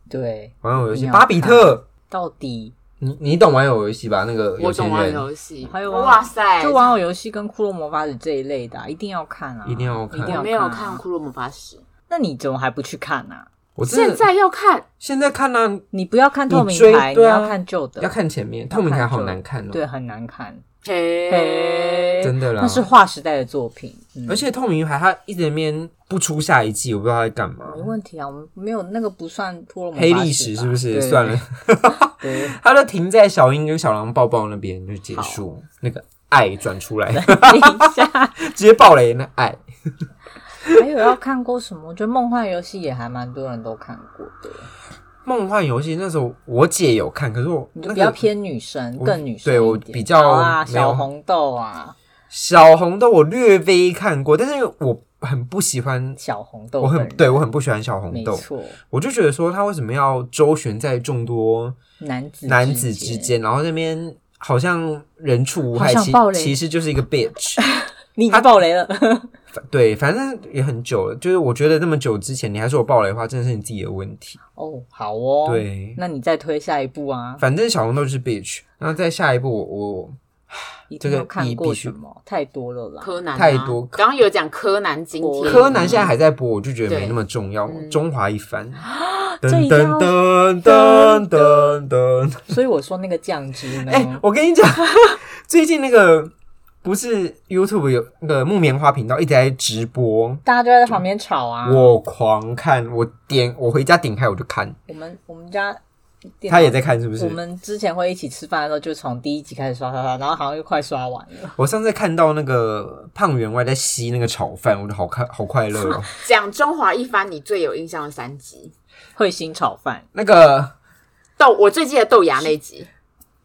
对，
玩偶游戏，
你要
巴比特，
到底
你你懂玩偶游戏吧？那个有
我
钱
懂玩
人
游戏，
还有玩
哇塞，
就玩偶游戏跟骷髅魔法使这一类的啊、一定要看啊，
一定要看
一定
我
要
没有
啊
看《骷髅魔法使》，
那你怎么还不去看呢、啊？
我真
现
的
在要看，
现在看呢、
你不要看透明
你追
牌，你
对啊
要看旧的，
要看前面，透明台好难看哦、
对，很难看，
嘿，
真的啦
那是划时代的作品，嗯
而且透明牌它一直在那边不出下一季，我不知道它在干嘛
没。问题啊，我们没有那个不算骷髅魔法
黑历史
吧
是不是？
对
算了， *laughs*
对，
它就停在小樱跟小狼抱抱那边就结束。那个爱转出来， *laughs*
等一下，
直接爆雷那爱。
*laughs* 还有要看过什么？我觉得梦幻游戏也还蛮多人都看过的，
梦幻游戏那时候我姐有看，可是我
你
那
就
个
比较偏女生，
我
更女生
对我
一点
比较
好啊，
没有
小红豆啊，
小红豆我略微看过，但是我很不喜欢，
小红豆
我
本
很
人，
对我很不喜欢小红
没
豆，
错，
我就觉得说他为什么要周旋在众多
男子
男子之，间，然后那边好像人畜无害，
好想
其
爆雷
其实就是一个 bitch。
你已经爆雷了，
反对，反正也很久了，就是我觉得那么久之前你还说我爆雷的话，真的是你自己的问题。
哦，好哦，，
对，
那你再推下一步啊，
反正小红豆就是 bitch，然后再下一步我
一
这
定
个
要看
必
过
必须
什么？太多了啦，
柯南啊
太多
刚刚有讲柯南今
我
天，
柯南现在还在播，我就觉得没
对
那么重要。
嗯
中华一番，
*gasps* 这
噔
一定
噔
要哦
噔噔噔噔，
所以我说那个酱汁呢，
哎，我跟你讲， *laughs* 最近那个不是 YouTube 有那个木棉花频道一直在直播。
大家就在旁边吵啊，
我狂看，我点我回家点开我就看，
我们我们家电脑
他也在看是不是
我？们之前会一起吃饭的时候，就从第一集开始刷刷刷，然后好像又快刷完了。
我上次看到那个胖员外在吸那个炒饭，我就好看好快乐
*laughs*
哦。
讲中华一番，你最有印象的三集。
彗星炒饭，
那个
豆，我最记得豆芽那集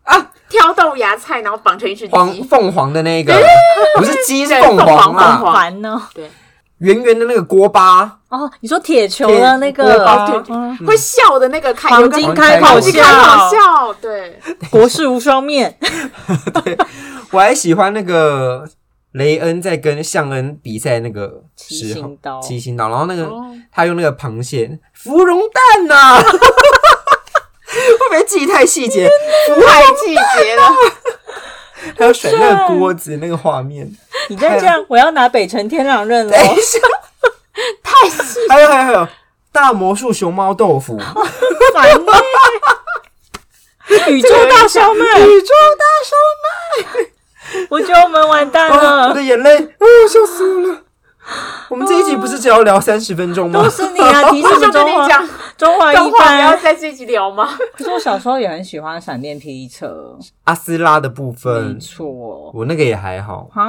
啊，挑豆芽菜，然后绑成一只
黄嗯
鸡，
凤凰的那个，
*laughs*
不是鸡是凤凰
凤凰凤
啦
凰，
烦呢？
圆圆的那个锅巴，
哦，你说铁球的那
铁锅
个
巴
嗯
会笑的那个开，有
黄
个
金
黄
开
金
口
口
金
笑
开，好笑，对，
国士无双面，
我还喜欢那个雷恩在跟向恩比赛那个
七
时候
星刀
七星刀，然后那个、
哦
他用那个螃蟹芙蓉蛋呐、 *laughs* 啊，会不会记太细节？
太季节了，
还有甩那个锅子那个画面，
你再这样，我要拿北辰天狼刃了
等。一下，
太细
*laughs* 还有还有还有大魔术熊猫豆
*laughs*
腐，啊
烦欸宇宙大小妹，
宇宙大熊
我觉得我们完蛋
啊！我
了
的。眼泪，哦，笑死我了。我们这一集不是只要聊三十分钟吗
都？是你啊！提
我
什
就
么
跟
中
你
华
讲，
中华一
动画不要
班？
在 *laughs* 这一集聊吗？
可是我小时候也很喜欢闪电霹雳车，
阿斯拉的部
没
分，
错
我那个也还好，
啊。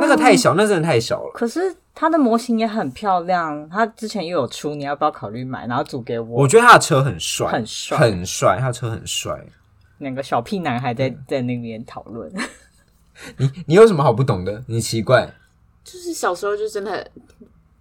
那个太小，那真的太小了。
可是它的模型也很漂亮，它之前又有出，你要不要考虑买，然后组给我
我？觉得他的车很帅，
很帅
很帅，他的车很帅。
两个小屁男孩在 *laughs* 在那边讨论，
你你有什么好不懂的？你奇怪，
*laughs* 就是小时候就真的很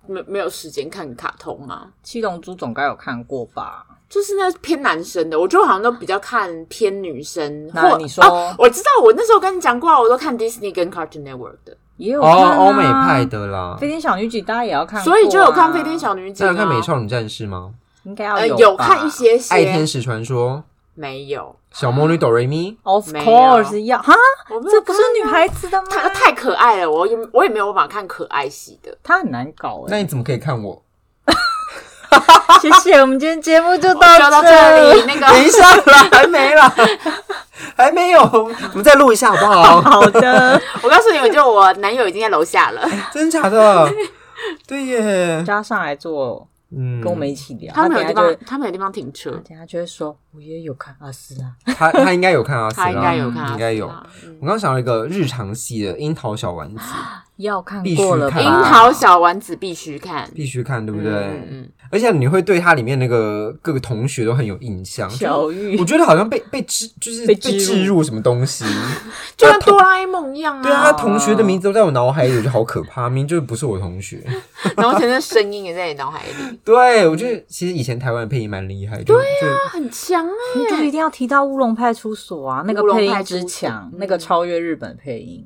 没没有时间看卡通啊，
七龙珠总该有看过
哦
吧？
就是那偏男生的，我就好像都比较看偏女生。
那
或
你说
哦我知道，我那时候跟你讲过啊，我都看 Disney 跟 Cartoon Network 的，
也有
哦，
看啊
欧美派的啦。
飞天小女警大家也要看、啊
所以就有看《飞天，小女警
那》有
啊，
看《美少女战士》吗？
应该要
呃，
有
有
吧
看一些
《爱天
些，
使传说
没有，》、
《小魔女哆瑞咪》
，Of
没有
course 要哈，
我没有
这不是
看
女孩子的吗？
太太可爱了，我也我也没有办法看可爱系 *laughs* 的。
她很难搞
那
哎、
你怎么可以看我？
谢谢，我们今天节目就到
就到这里，
*laughs*
那 *laughs*
等一
个
下啦，还没啦， *laughs* 还没有，我们再录一下好不
*laughs*
好？
好的
我告诉你，我就我男友已经在楼下了，
真假的？对耶，
*laughs* 加上来做，
嗯，
跟我们一起聊。
*laughs* 他
她
们
等一下
有地
就
方
会，，
他们有地方停车
她，等一下就会说，我也有看阿斯拉，
他他应该有
*laughs*
看阿啊斯拉，
他应该有看阿斯啊
嗯
拉，
应该有。
嗯
我刚想到一个日常系的《樱桃小丸子》，
要看
必须
过了吧？
看
樱桃小丸子必须看，
必须看，对不对？
嗯嗯
而且你会对它里面那个各个同学都很有印象。
小
我
玉，
觉得好像被被植就是被
被植入
植入什么东
*laughs*
西，
就跟哆啦 A 梦一样
对啊，他
啊。
同学的名字都在我脑海里，我觉得好可
*laughs*
怕，明明就是不是我同学。
然后现在声音也在你脑海里，
对，我觉得其实以前台湾的配音蛮厉害，对
他 *laughs* 很强哎、
就一定要提到乌龙派出所啊，那个
乌龙
配
派
音
出所
之强，
嗯
那个超越日本配音，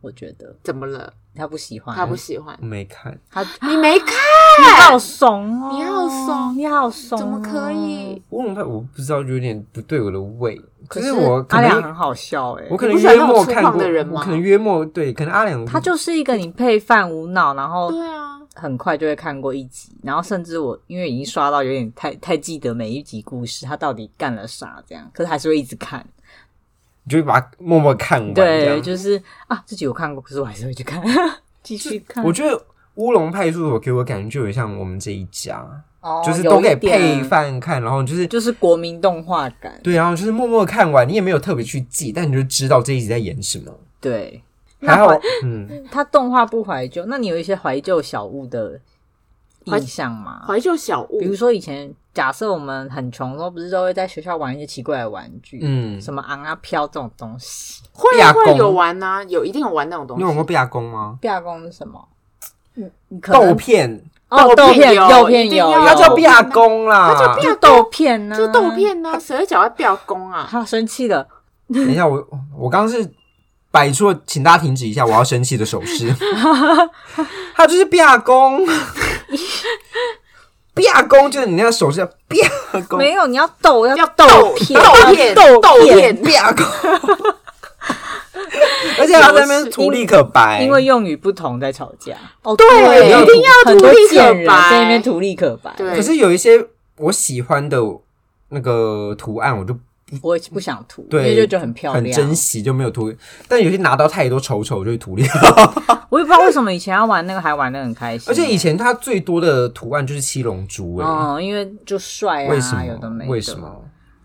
我觉得
怎么了？
他不喜
哎
欢，
他不喜欢
我没看，
他
你没看？
你好怂哦！
你好怂
你好怂、哦
怎么可以？？
乌龙派我不知道，有点不对我的胃。可
是
是我可
阿良
能
很好笑哎、
我可
你
能
不喜欢
约
那种
莫
粗
看
犷
过
的人，
我
吗
可能约莫对，可能阿良
他就是一个你配饭无脑，然后
*laughs* 对啊，
很快就会看过一集，然后甚至我因为已经刷到有点太太记得每一集故事，他到底干了啥这样，可是还是会一直看。
你就会把它默默看完。这
对，
样
就是啊，自己有看过，可是我还是会去看， *laughs* 继续看。
我觉得乌龙派出所给我感觉就有点像我们这一家，
哦
就是都给
有一点
配饭看，然后就是
就是国民动画感。
对，然后就是默默看完，你也没有特别去记，但你就知道这一集在演什么。
对，
还好
怀，
嗯，
他动画不怀旧，那你有一些怀旧小物的
怀
印象吗？
怀旧小物
比如说以前，假设我们很穷的时候，不是都会在学校玩一些奇怪的玩具，
嗯
什么昂啊飘这种东西。
会
亚
啊会
公
有玩呐、啊，有一定有玩那种东
你有玩过
西。
贝亚公吗？
壁公是什么？嗯，你可能
豆片，
哦，
豆
豆
片
片，
有
豆片
一定要
有，
不要叫
豆
贝
片
亚公啦，
它叫壁
就豆片呢、
就豆。片 *laughs* 呐、啊，谁会脚在吊弓啊？
他生气了，
等一下，我我刚刚是摆出了，请大家停止一下，我要生气的手
*laughs*
势。他就是亚公，亚公就是你那个手势叫亚公，
没有，你要豆，要
要
豆
豆
片，啊
豆片
豆
豆
片
片，
亚
*laughs*
公。而且他在那边图立可白，
因为用语不同在吵架。哦，
对，
要
一定要
很
图
多
立
贱
可
人在那边
白。
图立可白，
对
可是有一些我喜欢的那个图案，我就
我不想图，因
对
为就觉得很漂
很
亮，
珍惜，就没有图。但有些拿到太多丑丑，我就会
*laughs*
图立。
我也不知道为什么以前要玩那个还玩的很开心，
而且以前它最多的图案就是七龙珠、欸，
哦，因为就帅啊，
为什么？
有的没的，
为什？么？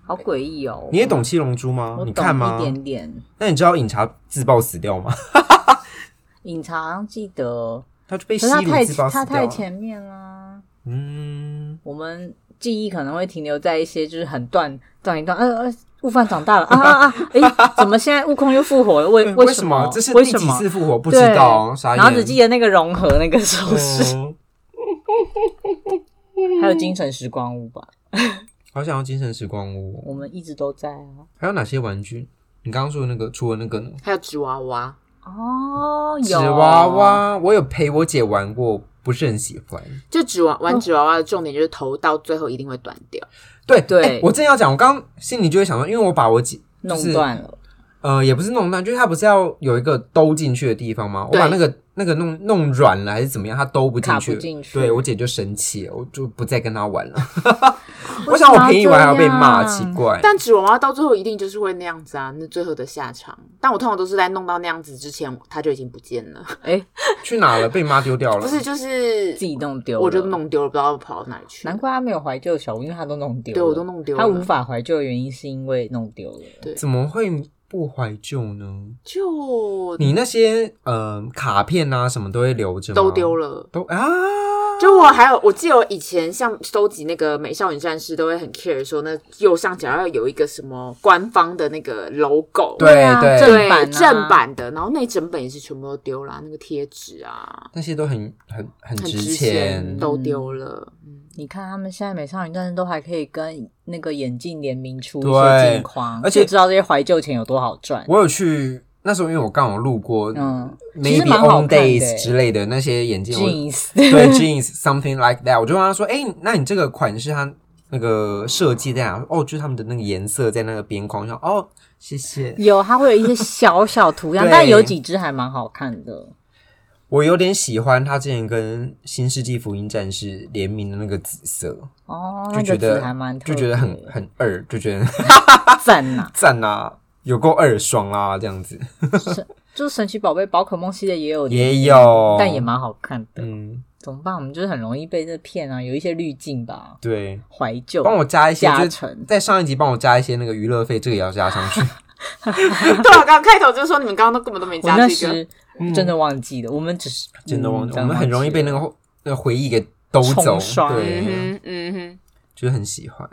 好诡异哦！
你也懂七龙珠吗
我？
你
懂
看吗
一？点点。
那你知道饮茶自爆死掉吗？ *laughs*
隐藏记得，
他就被吸
可是他
乳
太
自爆死掉
他
了。
太前面啦，
嗯，
我们记忆可能会停留在一些就是很断断一段，呃呃。悟饭长大了啊啊啊！哎、怎么现在悟空又复活了？为
对
为
为什
什么？
这是
为
第
什
几
么
次？复活？不
不
知道，傻眼。
然后只记得那个融合那个手势，
嗯
还有精神时光屋吧。
好想要精神时光屋。
我们一直都在啊。
还有哪些玩具？你刚刚说的那个，除了那个呢？
还有纸娃娃，
哦，
纸
有
娃，娃，我有陪我姐玩过，不是很喜欢。
就纸娃玩纸娃娃的重点就是头到最后一定会断掉，
对
对
欸我正要讲，我刚刚心里就会想到，因为我把我姐
弄断，
就是
了。
呃，也不是弄断，就是它不是要有一个兜进去的地方吗？我
对
把那个那个弄弄软了还是怎么样，它兜不进
卡
去，
不进去
对我姐就生气了，我就不再跟她玩了。我想我陪你玩还要被骂，
为什么要这
奇
样
怪。
但纸娃娃到最后一定就是会那样子啊，那最后的下场。但我通常都是在弄到那样子之前，它就已经不见了，
哎，
去哪了？被妈丢掉了？
不是就是
自己弄丢，
我就。弄丢了，不知道跑到哪里去。
难怪他没有怀旧小屋，因为他都弄丢了。
对我都弄丢了
他无法怀旧的原因是因为弄丢了。
对
怎么会不怀旧呢？
就
你那些呃卡片啊什么都会留着吗，
都丢了。
都啊，
就我还有，我记得我以前像收集那个美少女战士，都会很 care 说那右上角要有一个什么官方的那个 logo，
对
啊
对
对
正版啊
正版的，然后那整本也是全部都丢啦，那个贴纸啊，
那些都很很很
很
值
值
钱。
都丢了。 *laughs* 嗯
你看他们现在美少女战士都还可以跟那个眼镜联名出一
对
些镜框，
而且
就知道这些怀旧钱有多好赚。
我有去那时候，因为我刚好路过，
嗯其实
maybe
蛮好
on
看的欸
days 之类的那些眼镜，我
Jeans，
*laughs* 对 jeans something like that，我就问他说：“哎、那你这个款式它那个设计在哪？”哦，就是他们的那个颜色在那个边框上。哦，谢谢。
*laughs* 有它会有一些小小图样，
对
但有几只还蛮好看的。
我有点喜欢他之前跟《新世纪福音战士》联名的那个紫色，
哦，
就
那
觉
个
得
字还蛮特
就
别，
觉得很很二，就觉得 *laughs*
赞呐、
赞啊，有够二爽啦、这样子
就是神奇宝贝、宝可梦系列也有，
也有，
但也蛮好看的。
嗯，
怎么办？我们就是很容易被这骗啊，有一些滤镜吧，
对，
怀旧。
帮我加一些，
加
就
成
在上一集帮我加一些那个娱乐费，这个也要加
*laughs*
上去。
对啊，刚刚开头就说你们刚刚都根本都没
我
加
那
这个，
时真的忘记了，我们只是
嗯真的忘记，
嗯
我们很容易被那
真的忘记了
个
*laughs*
那个回忆给兜走
冲，刷
对，
嗯哼嗯哼，
就是很喜欢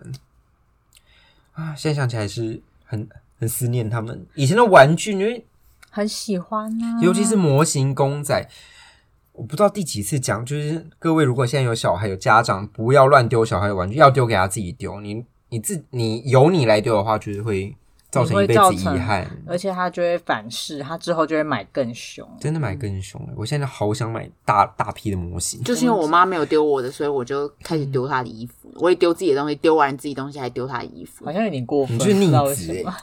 啊。现在想起来还是很很思念他们以前的玩具，因为
很喜欢啊，
尤其是模型公仔。我不知道第几次讲，就是各位如果现在有小孩有家长，不要乱丢小孩的玩具，要丢给他自己丢。你你自你由你来丢的话，就是会造成一辈
你会造
子遗
成
憾。
而且他就会反噬，他之后就会买更凶。
真的买更凶了，我现在好想买大大批的模型。
就是因为我妈没有丢我的，所以我就开
嗯
始丢她的衣服，我也丢自己的东西，丢完自己东西还丢她的衣服
好，像有点过分，
你就是逆欸
不知道为
子
什
*laughs*
么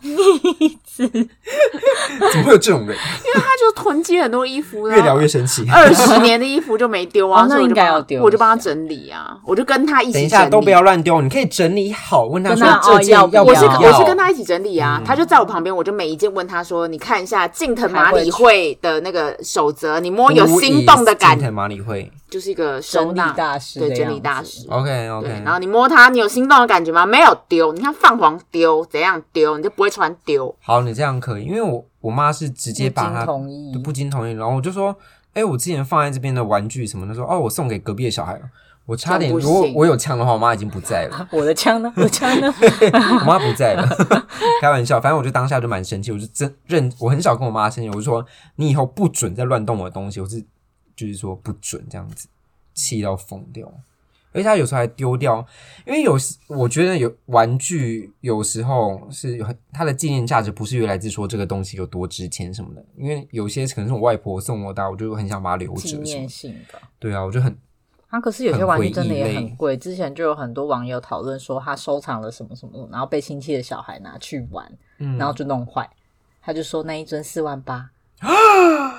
*laughs*
怎么会有这 *laughs* 种人？
她就囤积很多衣服呢，
越聊越生气。
二十年的衣服就没丢啊，
哦那
所以我就
应该
帮她
要丢
我就帮
一
他
下
整理啊，我就跟他一
等
起整
一
理。
下都不要乱丢，你可以整理好，问他
跟
说
他
这
哦
件
要不
要
我是
要？嗯
我是跟他一起整理啊，他就在我旁边，我就每一件问他说：“你看一下近藤麻里惠的那个守则，你摸有心动的感，
马里会
就是一个收
整理
纳
大师的
对，整
样
理
子哦
大师。
OK
对
OK，，
然后你摸它，你有心动的感觉吗？没有丢，你看泛黄丢，怎样丢，你就不会穿丢。
好，你这样可以，因为我我妈是直接把
不经
她
同意
对不经同意，然后我就说，哎、我之前放在这边的玩具什么的，说哦，我送给隔壁的小孩了。我差点，
这样不
如果
行
我有枪的话，我妈已经不在了，
*laughs* 我的枪呢？我的枪呢？
我妈不在了，开玩笑。反正我就当下就蛮生气，我就真认，我很少跟我妈生气，我就说你以后不准再乱动我的东西，我是就是说不准这样子，气到疯掉。而且他有时候还丢掉，因为有时我觉得有玩具有时候是有很它的纪念价值，不是原来自说这个东西有多值钱什么的。因为有些可能是我外婆送我的啊， *laughs* 我就很想把它留
纪
着什么
念
的。
性的。
对啊，我就很
它可是有些玩具
很
真的
回忆
也
类
很贵，之前就有很多网友讨论说他收藏了什么什么，然后被亲戚的小孩拿去玩，
嗯
然后就弄坏，他就说那一尊四万
*gasps*
八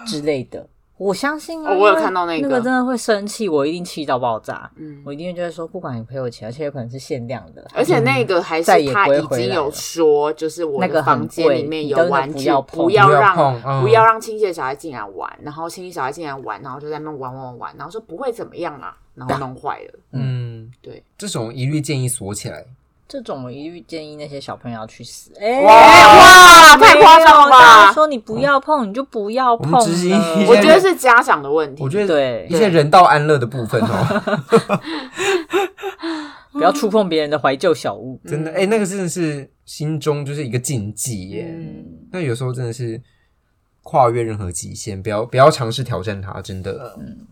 之类的。我相信、啊
哦我有看到那
那
个
个真的会生气，我一定气到爆炸。
嗯，
我一定就会说，不管你赔我钱，而且有可能是限量的，
而且那个还
再
是
也
他
不会
已
回来
经有
了
说，就是我
那
的
个很
房间
贵
里面
你
有
真的
玩
不
具
要，碰
不
不要
让
碰嗯
不要让亲戚的小孩进来玩，然后亲戚小孩进来玩，然后就在那边玩玩玩，然后说不会怎么样啊，然后弄坏
*laughs*
了。
嗯，
对，
这种一律建议锁起来。
这种我一律建议那些小朋友要去死。哎、
哇，太夸张了
大家
吧！
说你不要碰，你就不要碰
我们执行
了
一
我
些
觉得是家长的问题
我。觉得
对
一，些人道安乐的部分哦，
不要触碰别人的怀旧小物。
真的哎、那个真的是心中就是一个禁忌耶。
嗯，
那有时候真的是跨越任何极限，不要不要尝试挑战它，真的。嗯，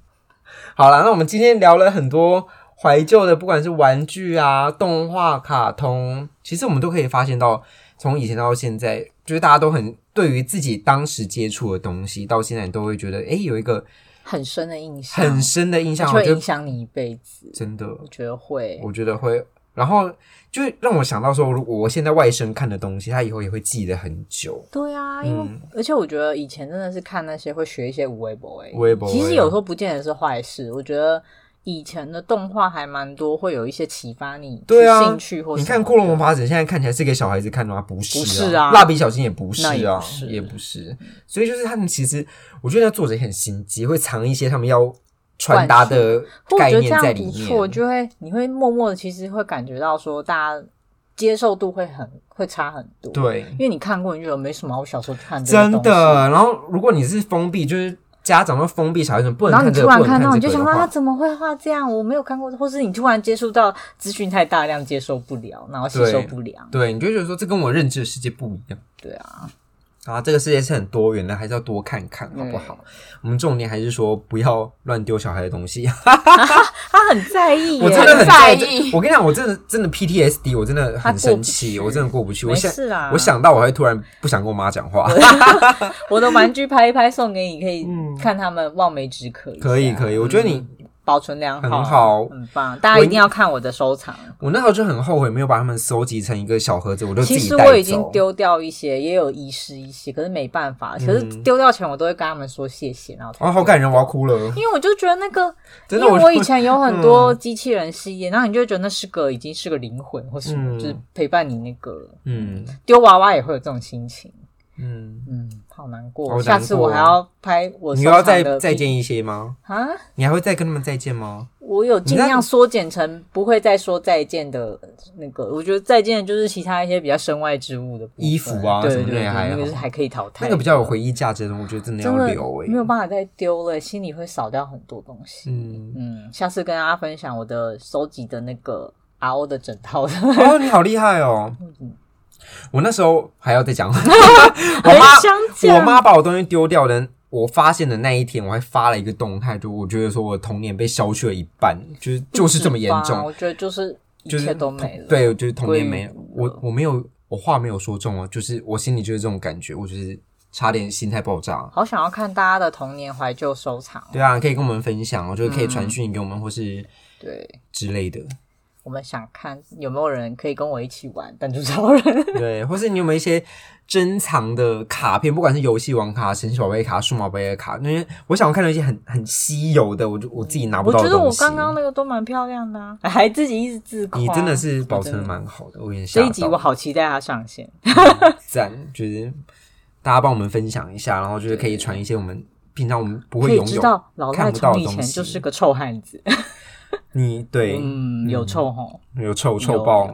好啦，那我们今天聊了很多怀旧的，不管是玩具啊、动画、卡通，其实我们都可以发现到，从以前到现在，就是大家都很对于自己当时接触的东西，到现在都会觉得，哎、有一个
很深的印象，
很深的印
而
象，
且
我
嗯会
觉
影
得
响你一辈子。
真的，
我觉得会，
我觉得会。然后就让我想到说，如果我现在外甥看的东西，他以后也会记得很久。
对啊，因为、
嗯
而且我觉得以前真的是看那些会学一些无微博诶，
无微博
其
欸
实有时候不见得是坏事。我觉得以前的动画还蛮多，会有一些启发你
对啊
去兴趣或
你
什么
看《库洛魔法使》现在看起来是给小孩子看的吗？不是、啊，
不是啊
蜡笔小新也不是
那也
啊
不，是
也不是。所以就是他们其实，我觉得那作者也很心机，会藏一些他们要传达的
不过我
概
觉得这
念在
样
里
不
面。
错，就会你会默默的，其实会感觉到说，大家接受度会很会差很多。，
对，
因为你看过，你就觉得没什么，我小时候看这个
真
东西，
的。然后如果你是封闭，就是家长会封闭小孩子，不能
然后
看
你
这
突
个，
然
不能
看到，你
这个
就想
的
到他
话，
怎么会画这样？我没有看过，或是你突然接触到资讯太大量，接受不了，然后吸收
对
不良。
对，你就会觉得说这跟我认知的世界不一样。
对啊，
啊，这个世界是很多元的，还是要多看看，好不好？我们重点还是说不要乱丢小孩的东
*laughs*
西。
他很在意耶，
我真的很在
在意
意。我跟你讲，我真的真的 PTSD，我真的很生气，
他
我
过不去
真的过不去。我
没
想
事啊啦，
我想到我会突然不想跟我妈讲话。
我的玩具拍一拍送给你，可以
嗯
看他们望梅止渴一下。嗯
可以可以，我觉得你，
保存良好，
很好
很棒。大家
我
一定要看我的收藏。啊
我那时候就很后悔没有把它们收集成一个小盒子，我就自
其
己
实
带走。
我已经丢掉一些，也有遗失一些，可是没办法。可是丢掉前我都会跟他们说谢谢，然后才
啊，好感人，我要哭了。
因为我就觉得那个，因
真的，
为我以前有很多
嗯
机器人系列，然后你就会觉得那是个已经是个灵魂或什么，
嗯
就是陪伴你那个
嗯
丢娃娃也会有这种心情，
嗯，
嗯，好难
好
过。
难
下次我
过
还要拍我
你
收
又要
藏
再
的
再见
P-
一些吗？
啊！
你还会再跟他们再见吗？
我有尽
你那
量缩减成不会再说再见的那个，我觉得再见就是其他一些比较身外之物的部分
衣服啊
对
什
对
么的
对，
也还
那个是
好
还可以淘汰
那
的，
个比较有回忆价值的东西，我觉得真的
真
要
的
留欸诶、
没有办法再丢了，心里会少掉很多东西。
嗯，
嗯，下次跟大家分享我的收集的那个 RO 的整
*laughs*
套的，
哦，你好厉害哦！
嗯
我那时候还要再
*laughs*
讲， *laughs* 我
很
妈
想讲
我妈把我东西丢掉的，我发现的那一天，我还发了一个动态，就我觉得说我童年被消去了一半，就是就是这么严
不止吧
重，
我觉得就是一
就是
切都没了。
对，就是童年没
归于无
我我没有我话没有说中哦，就是我心里就是这种感觉，我就是差点心态爆炸。
好想要看大家的童年怀旧收藏。哦
对啊，可以跟我们分享哦，就是可以传
嗯
讯给我们、或是
对，
之类的，
我们想看有没有人可以跟我一起玩弹珠
*laughs*
超人。 *laughs*
对，或是你有没有一些珍藏的卡片，不管是游戏王卡、神奇宝贝卡、数码宝贝卡，因为我想我看到一些很很稀有的，我就我自己拿不
我
到
觉
的
得
东
我
西。
刚刚那个都蛮漂亮的、啊， *laughs* 还自己一直自夸。
你真的是保
我真
存
的
的蛮好的，我有点吓
这
到。
一集我好期待它上线。
赞，就是大家帮我们分享一下，然后就是可以传一些我们平常我们不
可
会
以
拥
知
有
道老赖
看不到
从
的
以
东
前
西。
就是个臭汉子，
你对、
嗯，有臭吼，
有臭臭爆，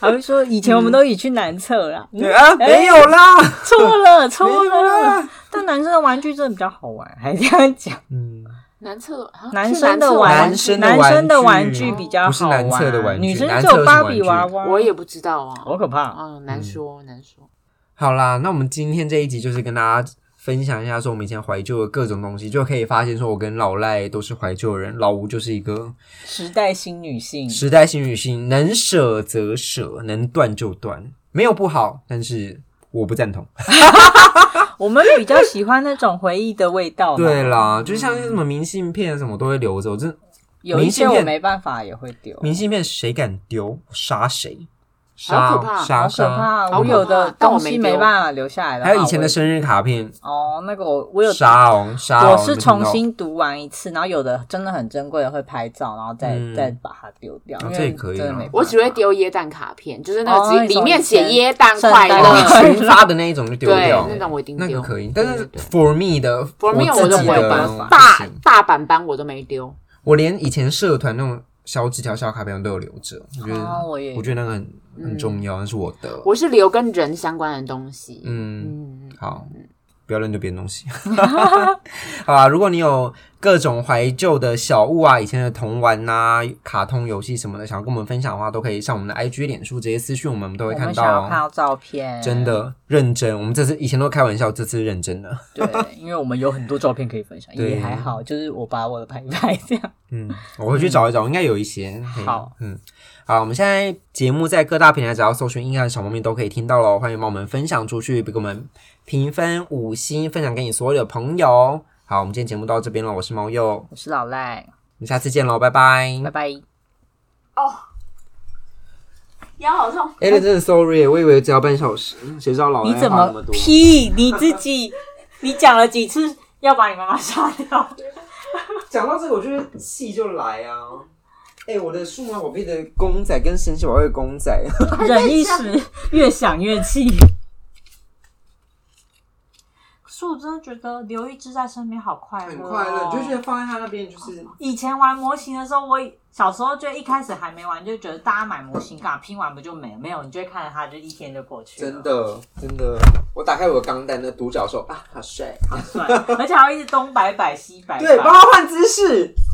还会说以前我们都一起去男厕啦，
*laughs*
嗯
对啊，没有啦，
*laughs* 错
*laughs*
了错
没有
了。
啦，
但男生的玩具真的比较好玩，还这样
*laughs*
讲，
嗯，
男厕啊
男
去
生的
厕
玩
男生的玩具
男生的玩具比较好玩，
不是男厕的玩具
女生
男
只
厕有
有
什么
芭
玩
比
具
娃娃，
我也不知道啊，
好可怕。
嗯，难说难说。
好啦，那我们今天这一集就是跟大家分享一下，说我们以前怀旧的各种东西，就可以发现说我跟老赖都是怀旧人，老吴就是一个
时代新女性，
时代性女性，能舍则舍，能断就断，没有不好，但是我不赞同。
我们比较喜欢那种回忆的味道。
对，啦，就像是什么明信片什么我都会留着，我真
有一些
明信
我
片
没办法也会丢，
明信片谁敢丢杀谁，
好
杀
可怕
杀
好可怕
杀，
哦！
好
我
可
有的
怕但我
东
没
西
丢
没办法留下来的话，
还有以前的
我
生日卡片
哦，那个我我有
杀哦杀哦，
我
你
是
们听到
重新读完一次，然后有的真的很珍贵的会拍照，然后再、
嗯
再把它丢掉，
哦
因为
这也可以
真的
啊
没办法
我只会丢椰蛋卡片，就是那个
哦
只
那种
里面写
以前
椰蛋
圣
快
诞
乐
节，
群发的那一种就丢
对
掉，，
那种我一定
那
丢
个。可以，但是
对对
for me 的
For me，
我
我
自
都
己
不
的
会
办法
不
大
行
大板板我都没丢，
我连以前社团那种小纸条、小卡片我都有留着，我觉
哦
得
我也
我觉得那个很很重要，那是我的。
我是留跟人相关的东西。
嗯，
嗯，
*laughs* 好，不要乱丢别人东西。好啊，如果你有各种怀旧的小物啊，以前的童玩呐、卡通游戏什么的，想要跟我们分享的话，都可以上我们的 IG、脸书直接私讯我们，我们都
我
会看
们
到
想要看
哦。
到照片，
真的认真，我们这次以前都开玩笑，这次认真的。
对，因为我们有很多照片可以
*laughs*
分享，
对
也还好，就是我把我的拍一拍这样。
嗯，我回去找一找，应该有一些。
好，
嗯，好，我们现在节目在各大平台只要搜寻“硬汉小猫咪”都可以听到喽，欢迎帮我们分享出去，给我们评分五星，分享给你所有的朋友。好，我们今天节目到这边了，我是猫鼬，我
我是老赖，
们下次见喽，拜拜。
拜拜。
哦，腰好痛。
哎、真的 sorry，我以为只要半小时，谁知道老
你
赖
怎
话那
么
多。
屁？你自己，你讲了几次要把你妈妈杀掉？
讲到这个，我觉得气就来啊！哎、我的数码宝贝的公仔跟神奇宝贝的公仔，
忍一时，越想越气。可是我真的觉得留一只在身边好快乐、哦
很快乐，你就觉得放在他那边就是
以前玩模型的时候，我小时候就一开始还没玩，就觉得大家买模型干嘛拼完不就没了？没有，你就会看着它，就一天就过去了，
真的真的。啊我打开我的钢弹的独角兽啊，好帅！
好帅，而且还会一直东摆摆西摆摆，
对，帮他换姿势，哎啊 *laughs*